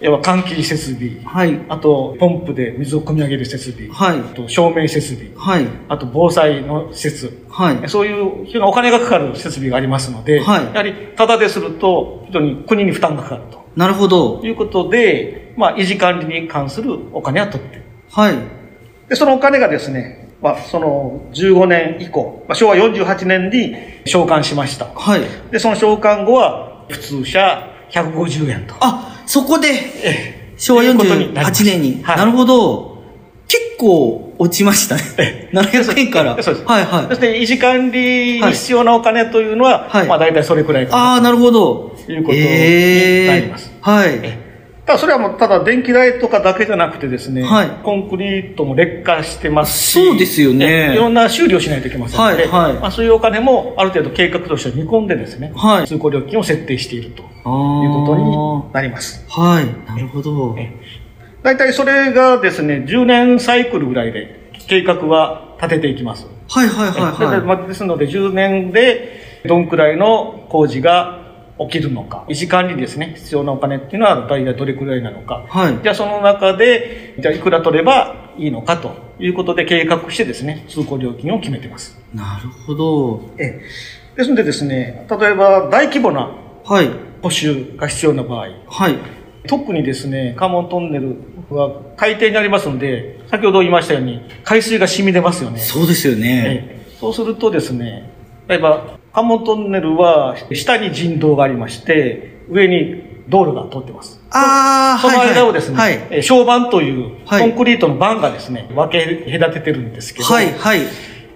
Speaker 2: 要は換気設備、
Speaker 1: はい。
Speaker 2: あとポンプで水を汲み上げる設備、
Speaker 1: はい
Speaker 2: あと照明設備、
Speaker 1: はい。
Speaker 2: あと防災の施設、
Speaker 1: はい。
Speaker 2: そういう非常にお金がかかる設備がありますので、
Speaker 1: はい
Speaker 2: やはりただですると非常に国に負担がかかると
Speaker 1: なるほど。
Speaker 2: いうことで、まあ、維持管理に関するお金は取っている
Speaker 1: はい。
Speaker 2: でそのお金がですね、まあ、その15年以降、まあ、昭和48年に償還しました
Speaker 1: はい。
Speaker 2: でその償還後は普通車150円と
Speaker 1: あ、そこで、
Speaker 2: え
Speaker 1: 昭和
Speaker 2: ということになりま
Speaker 1: 48
Speaker 2: す
Speaker 1: 年に。
Speaker 2: はい
Speaker 1: なるほど。結構落ちましたね。700円から。
Speaker 2: そうです
Speaker 1: はい
Speaker 2: えそ
Speaker 1: はい。
Speaker 2: して維持管理に必要なお金というのは、
Speaker 1: はい
Speaker 2: まあ、大体それくらいかな
Speaker 1: ああ、なるほど。
Speaker 2: ということになります
Speaker 1: えーはい。
Speaker 2: え
Speaker 4: ただそれはもうただ電気代とかだけじゃなくてですね、
Speaker 1: はい
Speaker 4: コンクリートも劣化してますし、
Speaker 1: そうですよね
Speaker 4: いろんな修理をしないといけませんので、
Speaker 1: はいはい
Speaker 4: まあ、そういうお金もある程度計画として見込んでですね、
Speaker 1: はい
Speaker 4: 通行料金を設定しているという
Speaker 1: あー
Speaker 4: ことになります。
Speaker 1: はい。なるほど。
Speaker 4: え大体それがですね、10年サイクルぐらいで計画は立てていきます。
Speaker 1: はいはいはい
Speaker 4: で
Speaker 1: はい。
Speaker 4: まあですので、10年でどんくらいの工事が起きるのか、維持管理ですね、必要なお金っていうのは大体どれくらいなのか、
Speaker 1: はい
Speaker 4: じゃあその中で、じゃあいくら取ればいいのかということで計画してですね、通行料金を決めてます。
Speaker 1: なるほど。
Speaker 4: ええですのでですね、例えば大規模な
Speaker 1: はい。
Speaker 4: 補修が必要な場合、
Speaker 1: はい。
Speaker 4: 特にですね、関門トンネルは海底にありますので、先ほど言いましたように、海水が染み出ますよね。
Speaker 1: そうですよね。
Speaker 4: ええそうするとですね、例えば、関門トンネルは下に人道がありまして、上に道路が通ってます。
Speaker 1: ああ、
Speaker 4: その
Speaker 1: はいはい。
Speaker 4: 間をですね、
Speaker 1: はい。
Speaker 4: えー床板という
Speaker 1: はい
Speaker 4: コンクリートの板がですね、分け隔ててるんですけど、
Speaker 1: はいはい。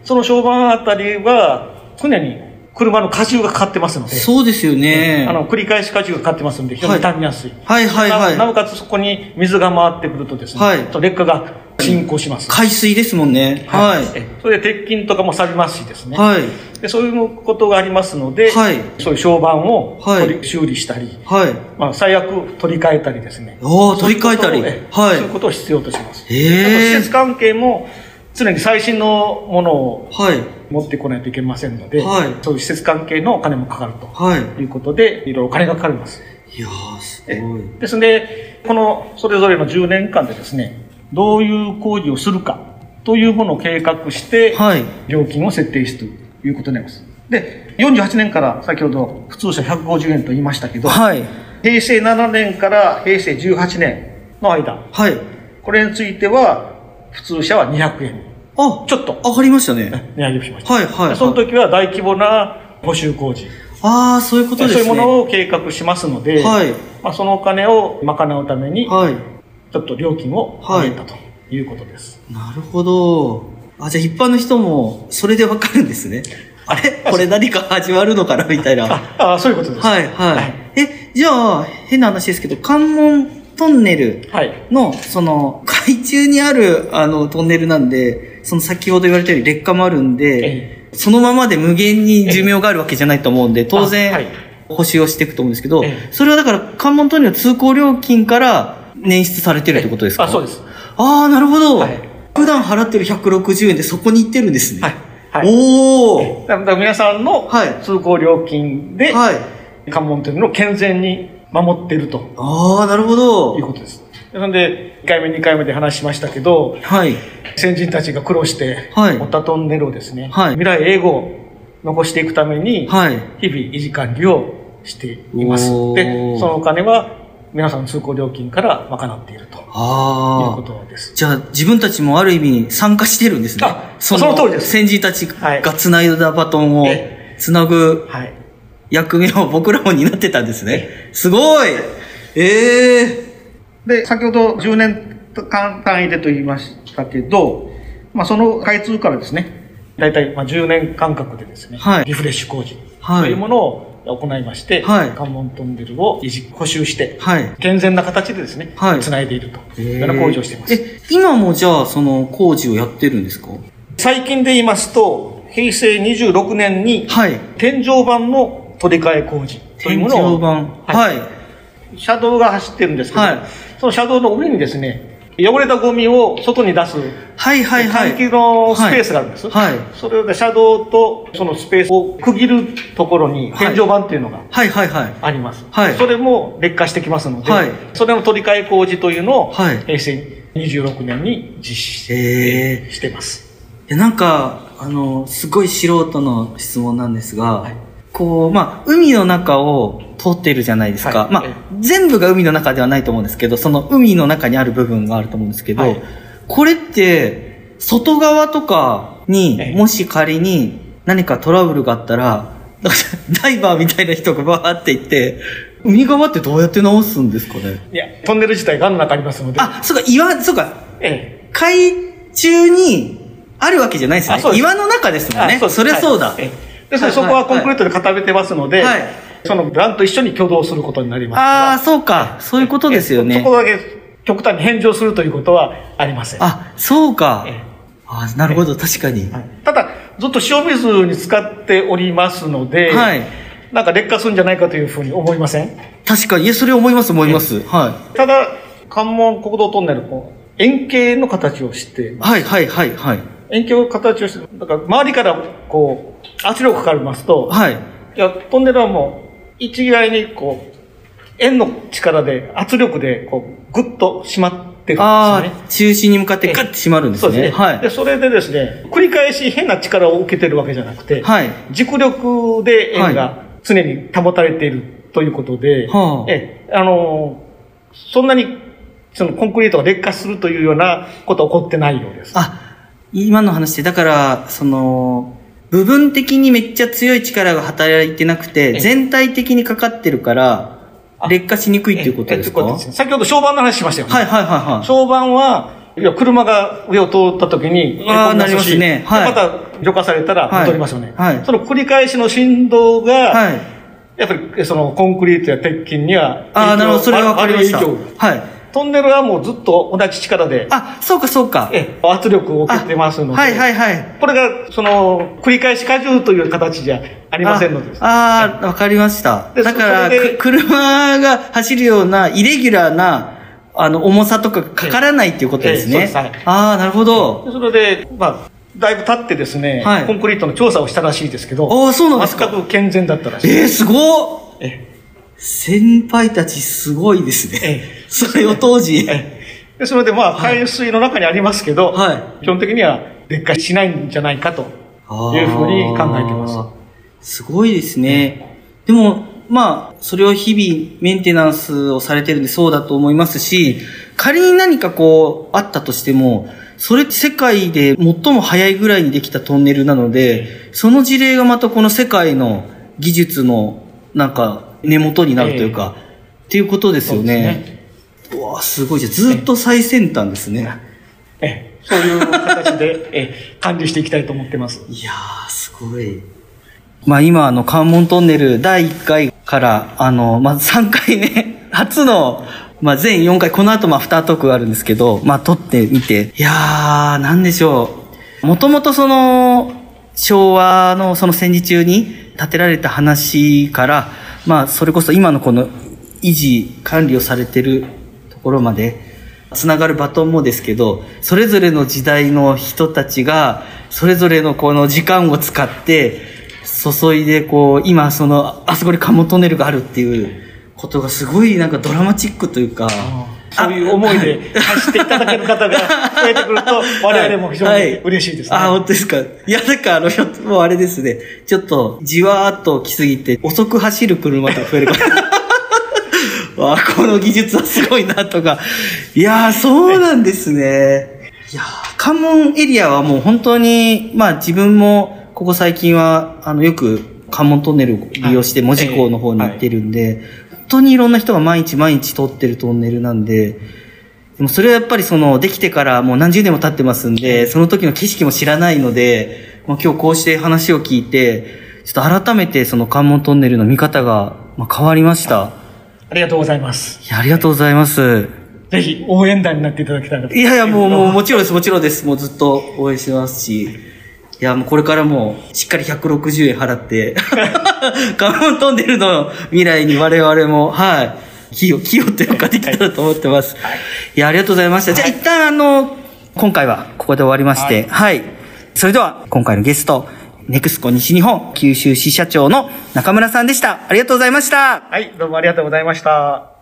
Speaker 4: その床板あたりは常に車の荷重がかかってますので、
Speaker 1: そうですよね
Speaker 4: あ。の繰り返し荷重がかかってますので、非常に傷みやすい。
Speaker 1: はいはい
Speaker 4: なな
Speaker 1: は
Speaker 4: お
Speaker 1: い。
Speaker 4: かつそこに水が回ってくるとですね、
Speaker 1: はい
Speaker 4: と劣化が進行します。
Speaker 1: 海水ですもんね。はい。
Speaker 4: えそれで鉄筋とかも錆びますしですね、
Speaker 1: はい。
Speaker 4: でそういうことがありますので、
Speaker 1: はい
Speaker 4: そういう床板を
Speaker 1: はい
Speaker 4: 取り修理したり、
Speaker 1: はい。
Speaker 4: まあ、最悪取り替えたりですね。
Speaker 1: おー取り替えたり
Speaker 4: そういう。ことをええそういう
Speaker 1: は
Speaker 4: ことを必要とします。
Speaker 1: へえ
Speaker 4: あと施設関係も常に最新のものを
Speaker 1: い。はい。
Speaker 4: 持ってこないといけませんので、
Speaker 1: はい
Speaker 4: そういう施設関係のお金もかかると
Speaker 1: はい。
Speaker 4: いうことで、いろいろお金がかかります。
Speaker 1: いやー、す
Speaker 4: え
Speaker 1: ごい。
Speaker 4: ですので、このそれぞれの10年間でですね、どういう工事をするかというものを計画して、
Speaker 1: はい。
Speaker 4: 料金を設定してということになります。で、48年から先ほど普通車150円と言いましたけど、
Speaker 1: はい。
Speaker 4: 平成7年から平成18年の間、
Speaker 1: はい。
Speaker 4: これについては、普通車は200円。
Speaker 1: あ、
Speaker 4: ちょっと
Speaker 1: 上がりましたね。
Speaker 4: 値上げをしました。
Speaker 1: はいはい。
Speaker 4: でその
Speaker 1: はい
Speaker 4: 時は大規模な補修工事、
Speaker 1: ああ、そういうこと
Speaker 4: そう
Speaker 1: です
Speaker 4: い
Speaker 1: ね。
Speaker 4: うものを計画しますので、
Speaker 1: はい
Speaker 4: まあ、そのお金を賄うために、
Speaker 1: はい。
Speaker 4: ちょっと料金を上げたということです。
Speaker 1: なるほど。あ、じゃあ一般の人も、それでわかるんですね。あれこれ何か始まるのかなみたいな。はい、
Speaker 4: ああ、そういうことです。
Speaker 1: はい。え、じゃあ、変な話ですけど、関門トンネル
Speaker 4: はい。
Speaker 1: の、その、海中にある、あの、トンネルなんで、その先ほど言われたように劣化もあるんで、そのままで無限に寿命があるわけじゃないと思うんで、当然、
Speaker 4: あはい
Speaker 1: 補修をしていくと思うんですけど
Speaker 4: ええ、
Speaker 1: それはだから、関門トンネルの通行料金から捻出されてるってことですか
Speaker 4: あ、そうです。
Speaker 1: ああ、なるほど、
Speaker 4: はい
Speaker 1: 普段払ってる160円でそこに行ってるんですね。
Speaker 4: はい。はい。
Speaker 1: おお、
Speaker 4: だから皆さんの
Speaker 1: はい
Speaker 4: 通行料金で、
Speaker 1: はい。
Speaker 4: 関門というのを健全に守っていると
Speaker 1: ああ、なるほど
Speaker 4: いう。ことです。なので、1回目、2回目で話しましたけど、
Speaker 1: はい。
Speaker 4: 先人たちが苦労して、
Speaker 1: はい
Speaker 4: 掘ったトンネルをですね、
Speaker 1: はい
Speaker 4: 未来永劫を残していくために、
Speaker 1: はい。
Speaker 4: 日々維持管理をしています
Speaker 1: お。ー
Speaker 4: で、そのお金は皆さんの通行料金から賄っているという
Speaker 1: あ
Speaker 4: こ
Speaker 1: あ。
Speaker 4: とです。
Speaker 1: じゃあ、自分たちもある意味参加してるんですね
Speaker 4: あ。その通りです
Speaker 1: 先人たち
Speaker 4: はい
Speaker 1: が繋いだバトンを
Speaker 4: え
Speaker 1: 繋ぐ
Speaker 4: はい。
Speaker 1: 役目を僕らも担ってたんですね。すごいええ
Speaker 4: で、先ほど10年間単位でと言いましたけど、まあ、その開通からですね、大体まあ10年間隔でですね、
Speaker 1: はい
Speaker 4: リフレッシュ工事
Speaker 1: はい
Speaker 4: というものを行いまして、
Speaker 1: はい
Speaker 4: 関門トンネルを維持、補修して、
Speaker 1: はい。
Speaker 4: 健全な形でですね、
Speaker 1: はい
Speaker 4: つないでいるというような工事をしています。
Speaker 1: え、今もじゃあ、その工事をやってるんですか
Speaker 4: 最近で言いますと、平成26年に、
Speaker 1: はい。
Speaker 4: 天井板の取り替え工事とい
Speaker 1: 天井
Speaker 4: うも
Speaker 1: 板。
Speaker 4: のを、
Speaker 1: はい。
Speaker 4: 車道が走ってるんですけど、
Speaker 1: はい
Speaker 4: その車道の上にですね、汚れたゴミを外に出す
Speaker 1: はいはいはい。
Speaker 4: 換気のスペースがあるんです。
Speaker 1: はい。
Speaker 4: それで車道とそのスペースを区切るところに
Speaker 1: はい
Speaker 4: 天井板っていうのが
Speaker 1: はいはいはい。
Speaker 4: あります。
Speaker 1: はい
Speaker 4: それも劣化してきますので、
Speaker 1: はい
Speaker 4: それの取り替え工事というのを
Speaker 1: はい
Speaker 4: 平成26年に実施して,、
Speaker 1: へ
Speaker 4: してます。
Speaker 1: いやなんか、あの、すごい素人の質問なんですが、
Speaker 4: はい
Speaker 1: こう、まあ、海の中を通ってるじゃないですか。
Speaker 4: はい
Speaker 1: まあ
Speaker 4: ええ、
Speaker 1: 全部が海の中ではないと思うんですけど、その海の中にある部分があると思うんですけど、
Speaker 4: はい
Speaker 1: これって、外側とかに、
Speaker 4: ええ
Speaker 1: もし仮に何かトラブルがあったら、 なんかダイバーみたいな人がバーって行って、海側ってどうやって直すんですかね
Speaker 4: いや、トンネル自体があの中ありますので、
Speaker 1: あ、そうか、岩、そうか、
Speaker 4: え
Speaker 1: 海中にあるわけじゃないですよ
Speaker 4: あそう
Speaker 1: ね。
Speaker 4: です
Speaker 1: 岩の中です
Speaker 4: え
Speaker 1: もんね。
Speaker 4: あうです
Speaker 1: そりゃそうだ。
Speaker 4: はいええですのでそこはコンクリートで固めてますので、
Speaker 1: はい
Speaker 2: そのランと一緒に挙動することになりますから
Speaker 1: ああ、そうか。そういうことですよ
Speaker 2: そ
Speaker 1: ね
Speaker 2: こ。だけ極端に返上するということはありません。
Speaker 1: あ、そうか
Speaker 2: ええ。
Speaker 1: あーなるほど、確かに。
Speaker 2: ただ、ずっと塩水に使っておりますので、
Speaker 1: はい
Speaker 2: なんか劣化するんじゃないかというふうに思いません
Speaker 1: 確かに。いや、それ思います、思います。は
Speaker 2: ただ、関門国道トンネル、こう円形の形をしてい
Speaker 1: い。
Speaker 2: ます、
Speaker 1: はい、はい、はい、はい。
Speaker 2: 円形の形をして、だから周りからこう圧力かかりますと、
Speaker 1: はい。
Speaker 2: いや、トンネルはもう、一概にこう、円の力で、圧力で、こう、ぐっと締まってるん
Speaker 1: あ
Speaker 2: ですよね。
Speaker 1: あ、中心に向かってガッて閉まるんです
Speaker 2: そうです
Speaker 1: ね。
Speaker 2: ね。
Speaker 1: は
Speaker 2: で、
Speaker 1: い。
Speaker 2: それでですね、繰り返し変な力を受けてるわけじゃなくて、
Speaker 1: はい。
Speaker 2: 軸力で円が常に保たれているということで、
Speaker 1: はあ
Speaker 2: ええあのーそんなに、そのコンクリートが劣化するというようなことは起こってないようです。
Speaker 1: あ、今の話で、だから、その、部分的にめっちゃ強い力が働いてなく
Speaker 2: え
Speaker 1: て、
Speaker 2: え
Speaker 1: 全体的にかかってるから、
Speaker 2: あ
Speaker 1: 劣化しにくいっていうこと
Speaker 2: ええ
Speaker 1: です
Speaker 2: と
Speaker 1: か
Speaker 2: い
Speaker 1: は
Speaker 2: うこ
Speaker 1: い
Speaker 2: とね先ほど商売の話しましたよね。
Speaker 1: はいはいはい。
Speaker 2: 床板は、いや車が上を通った時に、
Speaker 1: あー
Speaker 2: へこみすし
Speaker 1: なりますねはい
Speaker 2: でまた、除化されたら
Speaker 1: はい
Speaker 2: 戻りますよね。
Speaker 1: はい
Speaker 2: その繰り返しの振動が、
Speaker 1: はい。
Speaker 2: やっぱり、その、コンクリートや鉄筋には影響、
Speaker 1: ああ、なるほど、それは分かりました。
Speaker 2: 悪い影響が
Speaker 1: はい。
Speaker 2: トンネルはもうずっと同じ力で、
Speaker 1: あ、そうかそうか。
Speaker 2: ええ圧力を受けてますので、
Speaker 1: はいはいはい。
Speaker 2: これが、その、繰り返し荷重という形じゃありませんので、
Speaker 1: ああー、わかりました。
Speaker 2: で
Speaker 1: だから、
Speaker 2: それで
Speaker 1: く車が走るような、イレギュラーな、あの、重さとかかからないっていうことです
Speaker 2: ええ
Speaker 1: ね
Speaker 2: ええそうですはい。
Speaker 1: ああ、なるほど。
Speaker 2: でそれで、まあ、だいぶ経ってですね、
Speaker 1: はい
Speaker 2: コンクリートの調査をしたらしいですけど、
Speaker 1: ああ、そうなんです
Speaker 2: 全
Speaker 1: か。
Speaker 2: く健全だったらしい。
Speaker 1: ええ、すごっ
Speaker 2: ええ
Speaker 1: 先輩たちすごいですね
Speaker 2: え。
Speaker 1: それを当時。
Speaker 2: でそれでまあ海水の中にありますけど、
Speaker 1: はい
Speaker 2: 基本的には劣化しないんじゃないかというふうに考えてます。
Speaker 1: あーすごいですね。でも、まあ、それを日々メンテナンスをされてるんでそうだと思いますし、仮に何かこう、あったとしても、それって世界で最も早いぐらいにできたトンネルなので、その事例がまたこの世界の技術の、なんか、根元になるというか、っていうことですよね。うわあすごいじゃんずっと最先端ですね。
Speaker 2: ええそういう形で、 ええ管理していきたいと思ってます。
Speaker 1: いやー、すごい。まあ今、あの、関門トンネル第1回から、あの、まあ3回目、 初の、まあ全4回、この後まあアフタートークがあるんですけど、まあ撮ってみて、いやー、なんでしょう。もともとその、昭和のその戦時中に建てられた話から、まあそれこそ今のこの維持、管理をされてるところまで、つながるバトンもですけど、それぞれの時代の人たちが、それぞれのこの時間を使って、注いで、こう、今、その、あそこにカモトンネルがあるっていうことがすごいなんかドラマチックというか、
Speaker 2: そういう思いで走っていただける方が増えてく ると、我々も非常に嬉しいですね。
Speaker 1: はいあ、本当ですか。いや、なんかあの、ひょっともうあれですね。ちょっと、じわーっと来すぎて、遅く走る車とか増えるから。 わあ、この技術はすごいなとか。いやー、そうなんですね。いやー、関門エリアはもう本当に、まあ自分も、ここ最近は、あの、よく関門トンネルを利用して、
Speaker 2: はい
Speaker 1: 門司港の方に行ってるんで、本当にいろんな人が毎日毎日通ってるトンネルなんで、でもそれはやっぱりその、できてからもう何十年も経ってますんで、その時の景色も知らないので、まあ、今日こうして話を聞いて、ちょっと改めてその関門トンネルの見方が、まあ、変わりました。
Speaker 2: ありがとうございます。
Speaker 1: いや、ありがとうございます。
Speaker 2: ぜひ応援団になっていただきたいなと
Speaker 1: いやいや、もう、もう、もちろんです、もちろんです。もうずっと応援してますし。いや、もうこれからも、しっかり160円払って、 関門トンネルの未来に我々も、はい、寄与、寄与というかできたらと思ってます。いや、ありがとうございました。じゃあ一旦、あの、今回はここで終わりまして、はい。それでは、今回のゲスト、ネクスコ西日本九州支社長の中村さんでした。ありがとうございました。
Speaker 2: はい、どうもありがとうございました。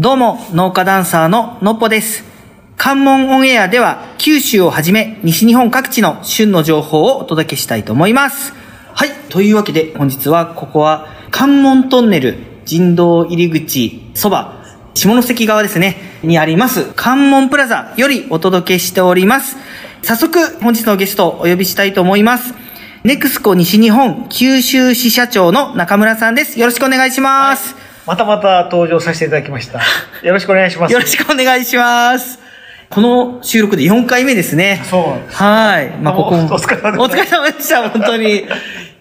Speaker 5: どうも、農家ダンサーののっぽです。関門オンエアでは、九州をはじめ、西日本各地の旬の情報をお届けしたいと思います。はい。というわけで、本日は、ここは、関門トンネル、人道入り口、そば、下関側ですね、にあります、関門プラザよりお届けしております。早速、本日のゲストをお呼びしたいと思います。
Speaker 1: ネクスコ西日本九州支社長の中村さんです。よろしくお願いします。
Speaker 4: またまた登場させていただきました。よろしくお願いします。
Speaker 1: よろしくお願いします。この収録で4回目ですね。
Speaker 4: そうなんです
Speaker 1: はい。まあ、ここも。
Speaker 4: お疲れ様で
Speaker 1: お
Speaker 4: ご
Speaker 1: 疲
Speaker 4: ざい
Speaker 1: れ
Speaker 4: ま
Speaker 1: 様でした、本当に。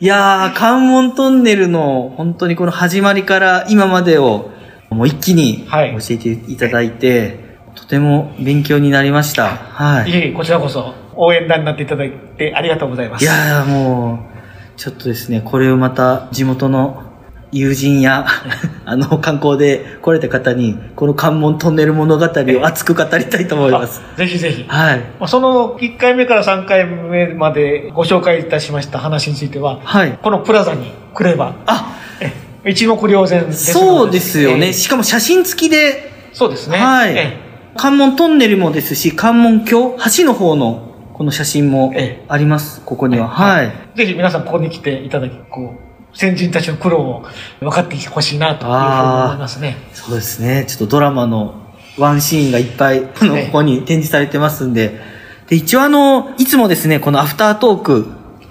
Speaker 1: いやー、関門トンネルの、本当にこの始まりから今までを、もう一気に教
Speaker 4: はい
Speaker 1: えていただいて、とても勉強になりました。はい。
Speaker 4: いえいえ、こちらこそ応援団になっていただいてありがとうございます。
Speaker 1: いやーもう、ちょっとですね、これをまた地元の友人や、 あの、観光で来れた方に、この関門トンネル物語を熱く語りたいと思います。
Speaker 4: あぜひぜひ。
Speaker 1: はい。
Speaker 4: まあその1回目から3回目までご紹介いたしました話については、
Speaker 1: はい。
Speaker 4: このプラザに来れば、
Speaker 1: あ、
Speaker 4: ええ 一目瞭然ですの
Speaker 1: そうですよね。
Speaker 4: ええ
Speaker 1: しかも写真付きで、
Speaker 4: そうですね。
Speaker 1: はい
Speaker 4: え
Speaker 1: 関門トンネルもですし、関門橋、橋の方の、この写真も
Speaker 4: ええ
Speaker 1: あります、ここには。はい。
Speaker 4: えぜひ皆さんここに来ていただき、こう、先人たちの苦労を分かってほしいなというふうに思いますね。
Speaker 1: そうですね。ちょっとドラマのワンシーンがいっぱい、あの、
Speaker 4: ええ
Speaker 1: ここに展示されてますんで。で、一応あの、いつもですね、このアフタートーク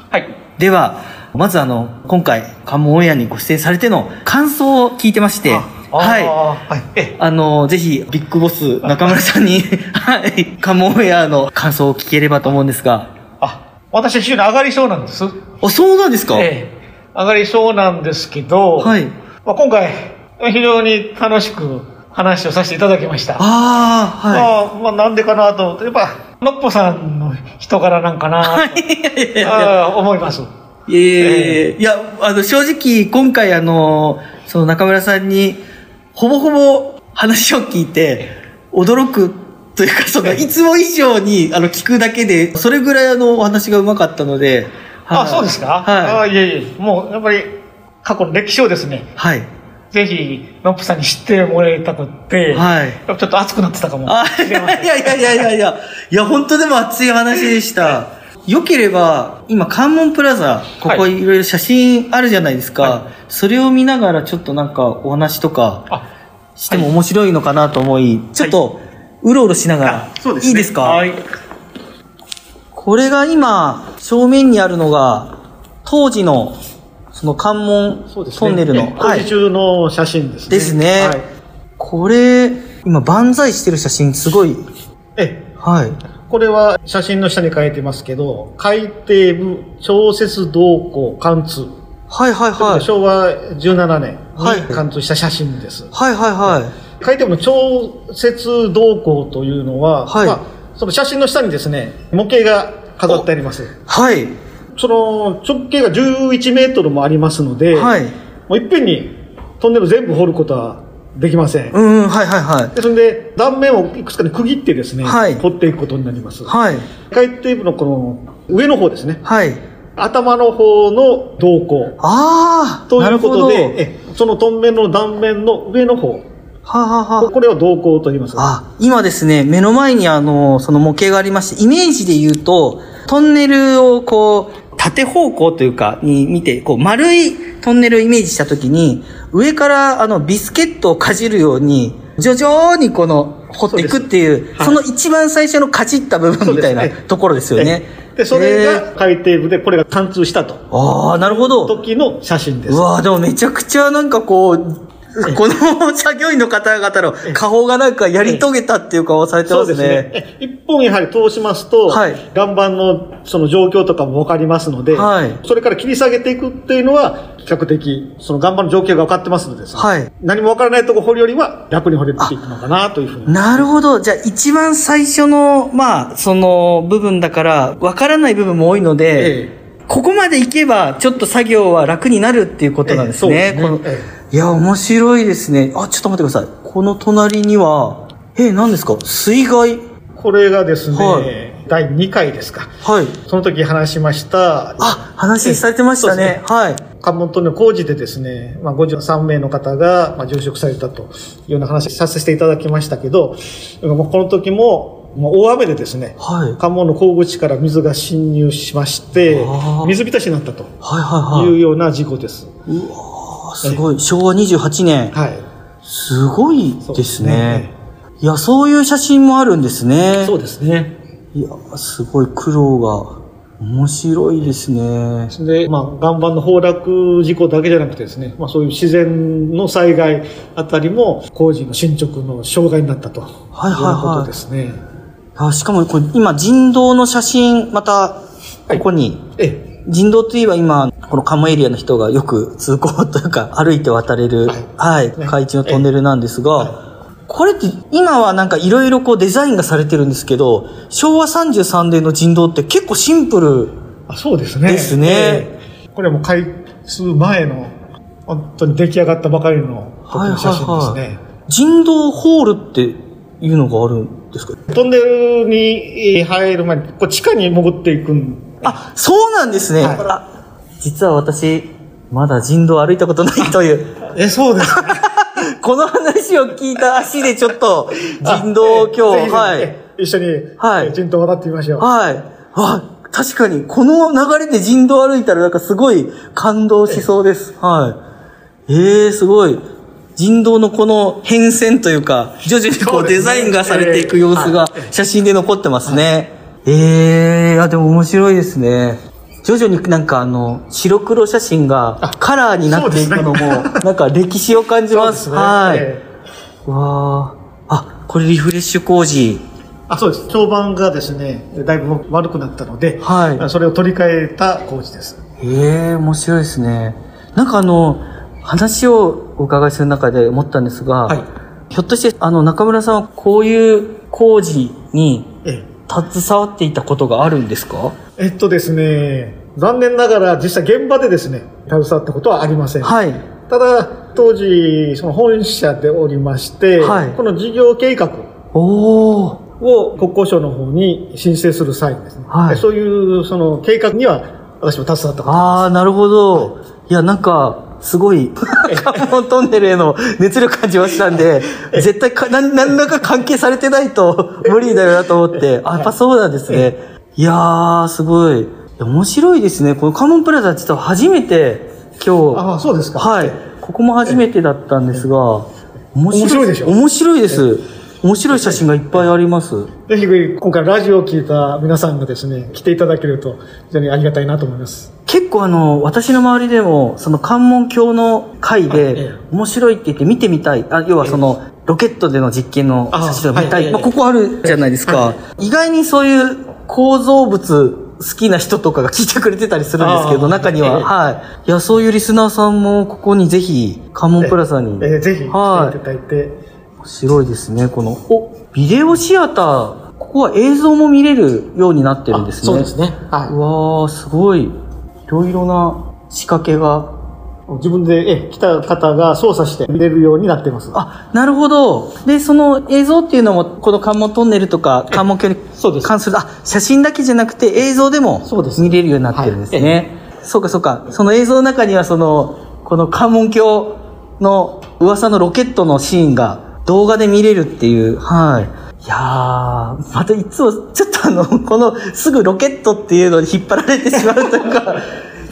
Speaker 4: はい。
Speaker 1: では、まずあの、今回、関門オンエアにご出演されての感想を聞いてまして、
Speaker 4: あ
Speaker 1: はい。
Speaker 4: あーはい。ええ
Speaker 1: あの、ぜひ、ビッグボス、中村さん に、はい、関門オンエアの感想を聞ければと思うんですが。
Speaker 4: あ、私非常に上がりそうなんです。
Speaker 1: あ、そうなんですか、
Speaker 4: ええ上がりそうなんですけど、
Speaker 1: はい。
Speaker 4: まあ、今回、非常に楽しく話をさせていただきました。
Speaker 1: ああ、はい。
Speaker 4: まあ、まあ、なんでかなと思って、やっぱ、のっぽさんの人柄なんかなと、ああ思います。
Speaker 1: いやいやいやいやいや、あの、正直、今回、あの、その中村さんに、ほぼほぼ話を聞いて、驚くというか、その、
Speaker 4: ええ
Speaker 1: いつも以上に、あの、聞くだけで、それぐらい、あの、お話がうまかったので、はい
Speaker 4: あ、そうですかあ
Speaker 1: はい。
Speaker 4: いえいえ、もう、やっぱり、過去の歴史をですね、
Speaker 1: はい。
Speaker 4: ぜひ、のっぽさんに知ってもらいたくって、
Speaker 1: はい。
Speaker 4: やっぱちょっと熱くなってたかも
Speaker 1: あ、
Speaker 4: し
Speaker 1: い
Speaker 4: れませ
Speaker 1: や
Speaker 4: ん。
Speaker 1: いやいやいやいや、いや、本当でも熱い話でした。良ければ、今、関門プラザ、ここ
Speaker 4: はい
Speaker 1: ろいろ写真あるじゃないですか、
Speaker 4: は
Speaker 1: それを見ながら、ちょっとなんか、お話とか、
Speaker 4: あ、
Speaker 1: しても面白いのかなと思い、ちょっと、うろうろしながら、いいですか、
Speaker 4: はい。
Speaker 1: これが今、正面にあるのが、当時の、その関門トンネルの、はい
Speaker 4: 中の写真です
Speaker 1: ですね、これ、今、万歳してる写真、すごい、
Speaker 4: え
Speaker 1: はい。
Speaker 4: これは写真の下に書いてますけど、海底部調節動向貫通。
Speaker 1: はいはいはい。
Speaker 4: 昭和17年
Speaker 1: はい
Speaker 4: に貫通した写真です。
Speaker 1: はいはいはい。
Speaker 4: 海底部の調節動向というのは、
Speaker 1: はい
Speaker 4: まあ、その写真の下にですね、模型が飾ってあります。
Speaker 1: はい。
Speaker 4: その直径が11メートルもありますので、
Speaker 1: はい。
Speaker 4: もういっぺんにトンネル全部掘ることはできません。
Speaker 1: うんうん、はいはいはい。
Speaker 4: ですので、断面をいくつかに区切ってですね、
Speaker 1: はい
Speaker 4: 掘っていくことになります。
Speaker 1: はい。
Speaker 4: 海底部のこの上の方ですね。
Speaker 1: はい。
Speaker 4: 頭の方の動向。
Speaker 1: ああ、
Speaker 4: と
Speaker 1: ないる
Speaker 4: う
Speaker 1: ほ
Speaker 4: こ
Speaker 1: ど。
Speaker 4: と
Speaker 1: は
Speaker 4: で、えそのトンネルの断面の上の方。
Speaker 1: ははは。
Speaker 4: これを動向と言います。
Speaker 1: あ、今ですね、目の前にあの、その模型がありまして、イメージで言うと、トンネルをこう、縦方向というか、に見て、こう、丸いトンネルをイメージしたときに、上からあの、ビスケットをかじるように、徐々にこの、掘っていくっていう、そ
Speaker 4: すはい
Speaker 1: の一番最初のかじった部分みたい
Speaker 4: そ
Speaker 1: な
Speaker 4: うですね
Speaker 1: ところですよね。
Speaker 4: で、それ
Speaker 1: へー
Speaker 4: が海底部で、これが貫通したと。
Speaker 1: ああ、なるほど。
Speaker 4: 時の写真です
Speaker 1: う。わーでもめちゃくちゃなんかこう、この作業員の方々の顔がなんかやり遂げたっていう顔をされて
Speaker 4: そ
Speaker 1: ま
Speaker 4: うですす
Speaker 1: ね
Speaker 4: ね。。え一本やはり通しますと、
Speaker 1: はい
Speaker 4: 岩盤のその状況とかも分かりますので、
Speaker 1: はい
Speaker 4: それから切り下げていくっていうのは、比較的、その岩盤の状況が分かってますのでですね、
Speaker 1: はい
Speaker 4: 何も分からないとこ掘るよりは、楽に掘れていくのかなというふうに。
Speaker 1: なるほど。じゃあ一番最初の、まあ、その部分だから、わからない部分も多いので、
Speaker 4: え
Speaker 1: ここまで行けば、ちょっと作業は楽になるっていうことなんですね。
Speaker 4: ええそう
Speaker 1: こ
Speaker 4: です
Speaker 1: の
Speaker 4: ね
Speaker 1: いや、面白いですね。あ、ちょっと待ってください。この隣には、え、何ですか水害
Speaker 4: えこれがですね、
Speaker 1: はい
Speaker 4: 第2回ですか。
Speaker 1: はい。
Speaker 4: その時話しました、
Speaker 1: あ、話されてましたね。
Speaker 4: ええそうで
Speaker 1: はい。
Speaker 4: 関門トンネル工事でですね、まあ、53名の方が、まあ、殉職されたというような話させていただきましたけど、もうこの時も、もう大雨でですね、
Speaker 1: はい。はい
Speaker 4: 関門の坑口から水が侵入しまして
Speaker 1: あー、
Speaker 4: 水浸しになったと。
Speaker 1: はいはいいう
Speaker 4: ような事故です。
Speaker 1: あすごい。昭和28年。
Speaker 4: はい。
Speaker 1: すごいですね。
Speaker 4: そ
Speaker 1: いや、そういう写真もあるんですね。
Speaker 4: うですね。
Speaker 1: いや、すごい苦労が。面白いですね。
Speaker 4: それで、まあ、岩盤の崩落事故だけじゃなくてですね、まあ、そういう自然の災害あたりも工事の進捗の障害になったと、
Speaker 1: いはいはい
Speaker 4: いうことですね。
Speaker 1: あ、しかもこれ今人道の写真、また、ここに、
Speaker 4: え
Speaker 1: 人道といえば今、このカムエリアの人がよく通行というか、歩いて渡れる、はい、
Speaker 4: ね
Speaker 1: 海中のトンネルなんですが、これって今はなんかいろいろこうデザインがされてるんですけど、昭和33年の人道って結構シンプル。
Speaker 4: え、あそうですね。
Speaker 1: ですね
Speaker 4: ええこれはもう開通前の、本当に出来上がったばかりの時の写真ですね。
Speaker 1: 人道ホールっていうのがあるんですか
Speaker 4: トンネルにえー入る前に、こう地下に潜っていくん。
Speaker 1: あ、そうなんですね。
Speaker 4: はい
Speaker 1: あ実は私、まだ人道歩いたことないという。
Speaker 4: え、そうです、 ね。
Speaker 1: この話を聞いた足でちょっと、人道を今日、
Speaker 4: は。
Speaker 1: はいい。
Speaker 4: え一緒に、
Speaker 1: はい
Speaker 4: え人道を渡ってみましょう。
Speaker 1: はい。あ、確かに、この流れで人道歩いたら、なんかすごい感動しそうです。はい。ええー、すごい。人道のこの変遷というか、徐々にこ
Speaker 4: そ
Speaker 1: う
Speaker 4: うですね
Speaker 1: デザインがされていく様子が写真で残ってますね。ええー、あ、でも面白いですね。徐々になんかあの、白黒写真がカラーになっていくのも、
Speaker 4: そうですね
Speaker 1: なんか歴史を感じ
Speaker 4: そう
Speaker 1: ま。
Speaker 4: ですすね。
Speaker 1: はい。
Speaker 4: ええ
Speaker 1: わあ。あ、これリフレッシュ工事。
Speaker 4: あそうです評判がですねだいぶ悪くなったので、
Speaker 1: はい
Speaker 4: それを取り替えた工事です
Speaker 1: ええ面白いですね。なんかあの、話をお伺いする中で思ったんですが、
Speaker 4: はい
Speaker 1: ひょっとして、あの、中村さんはこういう工事に
Speaker 4: え
Speaker 1: 携わっていたことがあるんですか
Speaker 4: ええっとですね残念ながら実際現場でですね携わったことはありません、
Speaker 1: はい。
Speaker 4: ただ当時その本社でおりまして、
Speaker 1: はい
Speaker 4: この事業計画
Speaker 1: おー。
Speaker 4: を国交省の方に申請する際にですね、
Speaker 1: はい
Speaker 4: そういうその計画には私も携わったことが
Speaker 1: ああ、なるほど。いや、なんか、すご い、関門トンネルへの熱力感じましたんで、絶対か、なん、なんらか関係されてないと無理だよなと思って、あ、やっぱそうなんですね。いやー、すごい。いや面白いですね。この関門プラザ実は初めて、
Speaker 4: あ
Speaker 1: 今
Speaker 4: あ
Speaker 1: 日、
Speaker 4: そうですか、
Speaker 1: はい、ここも初めてだったんですが、面
Speaker 4: 面白いでしょ
Speaker 1: 面白いです。面白い写真がいっぱいあります。
Speaker 4: ぜひ今回ラジオを聞いた皆さんがですね来ていただけると非常にありがたいなと思います
Speaker 1: 結構あの、私の周りでも、その関門橋の回
Speaker 4: え
Speaker 1: で
Speaker 4: え、
Speaker 1: 面白いって言って見てみたい。あ、要はその、ロケットでの実験の
Speaker 4: あ
Speaker 1: 写真を見た
Speaker 4: はい
Speaker 1: い。まあ、ここあるじゃないですか。意外にそういう構造物好きな人とかが聞いてくれてたりするんですけ
Speaker 4: あ
Speaker 1: ど、中に
Speaker 4: ええ
Speaker 1: は。はい。いや、そういうリスナーさんも、ここにぜひ、関門プラザに。
Speaker 4: えーぜひ来てい
Speaker 1: は
Speaker 4: た
Speaker 1: い。
Speaker 4: だいて、
Speaker 1: 面白いですね、この。お、ビデオシアター。ここは映像も見れるようになってるんですね。
Speaker 4: そうですね。は
Speaker 1: うわー、すごい。いろいろな仕掛けが。
Speaker 4: い。自分で、え、来た方が操作して見れるようになってます。
Speaker 1: あ、なるほど。で、その映像っていうのも、この関門トンネルとか、関門橋に
Speaker 4: そうです
Speaker 1: 関する、あ、写真だけじゃなくて映像でも
Speaker 4: そうです
Speaker 1: 見れるようになってるんですね。そうかそうか。その映像の中には、その、この関門橋の噂のロケットのシーンが動画で見れるっていう、はい。いやー、またいつも、ちょっとあの、 このすぐロケットっていうのに引っ張られてしまうという か、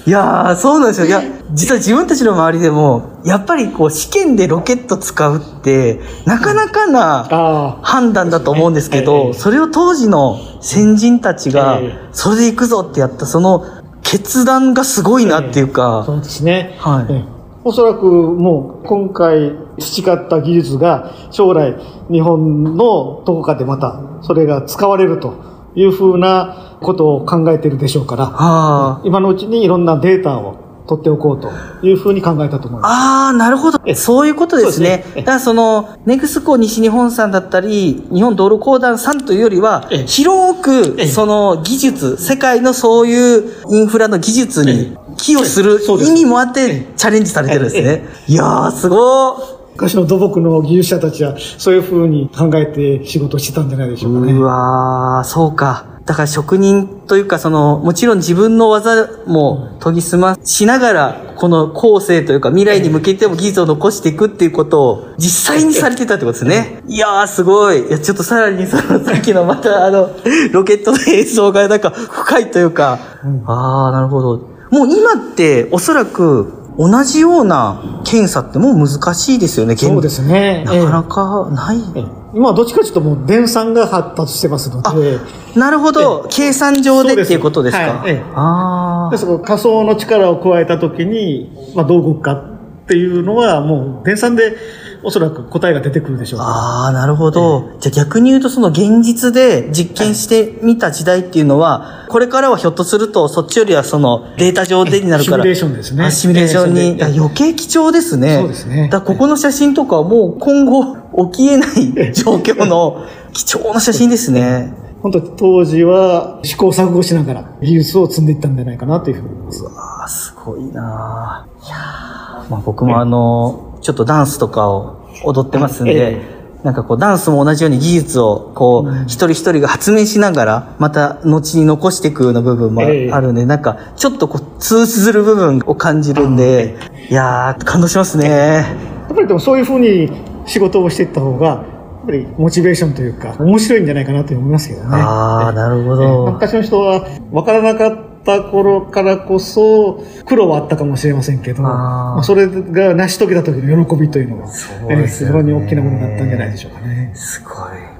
Speaker 1: いやー、そうなんですよ。いや、実は自分たちの周りでも、やっぱりこう、試験でロケット使うって、なかなかな、
Speaker 4: ああ。
Speaker 1: 判断だと思うんですけ
Speaker 4: ええ
Speaker 1: ど、それを当時の先人たちが
Speaker 4: ええ、
Speaker 1: それで行くぞってやった、その決断がすごいなっていう
Speaker 4: そ
Speaker 1: か、
Speaker 4: うですね。
Speaker 1: はい
Speaker 4: えおそらくもう今回培った技術が将来日本のどこかでまたそれが使われるというふうなことを考えているでしょうから、
Speaker 1: あ
Speaker 4: 今のうちにいろんなデータを取っておこうというふうに考えたと思います。
Speaker 1: あー、なるほど
Speaker 4: ええ。
Speaker 1: そういうことです
Speaker 4: そうで
Speaker 1: ね
Speaker 4: すね。ええ
Speaker 1: だからその、ネクスコ西日本さんだったり、日本道路公団さんというよりは
Speaker 4: ええ、
Speaker 1: 広
Speaker 4: え
Speaker 1: く、
Speaker 4: え
Speaker 1: その技術、世界のそういうインフラの技術に寄与する
Speaker 4: そうです
Speaker 1: 意味もあって、チャレンジされてるんですね。いやー、すごー。
Speaker 4: 昔の土木の技術者たちはそういうふうに考えて仕事をしてたんじゃないでしょうかね。
Speaker 1: うわー、そうか。だから職人というか、その、もちろん自分の技も研ぎ澄ましながら、この後世というか未来に向けても技術を残していくっていうことを実際にされてたってことですね。いやー、すごい。いや、ちょっとさらにその、さっきのまたあの、ロケットの映像がなんか深いというか、あー、なるほど。もう今っておそらく同じような検査ってもう難しいですよね、現
Speaker 4: そうですね。
Speaker 1: なかなかない。
Speaker 4: えええ今どっちかというともう電算が発達してますので、
Speaker 1: なるほど。計算上でっていうことですか。
Speaker 4: そうですはいええ
Speaker 1: あ
Speaker 4: でその仮想の力を加えたときに、まあ、どう動くかっていうのは、もう電算でおそらく答えが出てくるでしょうから。
Speaker 1: ああー、なるほど。じゃあ逆に言うと、その現実で実験してみた時代っていうのは、これからはひょっとすると、そっちよりはそのデータ上でになるから。
Speaker 4: シミュレーションですね
Speaker 1: あシミュレーション
Speaker 4: ええ
Speaker 1: に。いや余計貴重ですね。
Speaker 4: そうですね
Speaker 1: だからここの写真とかはもう今後起きえない状況の貴重な写真ですね。
Speaker 4: 本当に当時は試行錯誤しながら技術を積んでいったんじゃないかなというふうに思います。
Speaker 1: あすごいなぁいやぁまあ僕もあの、ちょっとダンスとかを踊ってますん
Speaker 4: え
Speaker 1: で、なんかこうダンスも同じように技術をこう、一人一人が発明しながら、また後に残していくような部分もあ
Speaker 4: ええ
Speaker 1: るんで、なんかちょっとこう通ずる部分を感じるんで、いやー感動しますね。
Speaker 4: やっぱりでもそういうふうに仕事をしていった方が、やっぱりモチベーションというか、面白いんじゃないかなと思いますけどね。
Speaker 1: ああ、なるほ
Speaker 4: えー
Speaker 1: ど。
Speaker 4: 昔の人は分からなかった頃からこそ苦労はあったかもしれませんけど、
Speaker 1: あー
Speaker 4: まあそれが成し遂げた時の喜びというのが、
Speaker 1: うですよね
Speaker 4: えー非常に大きなものだったんじゃないでしょうかね。
Speaker 1: すごい。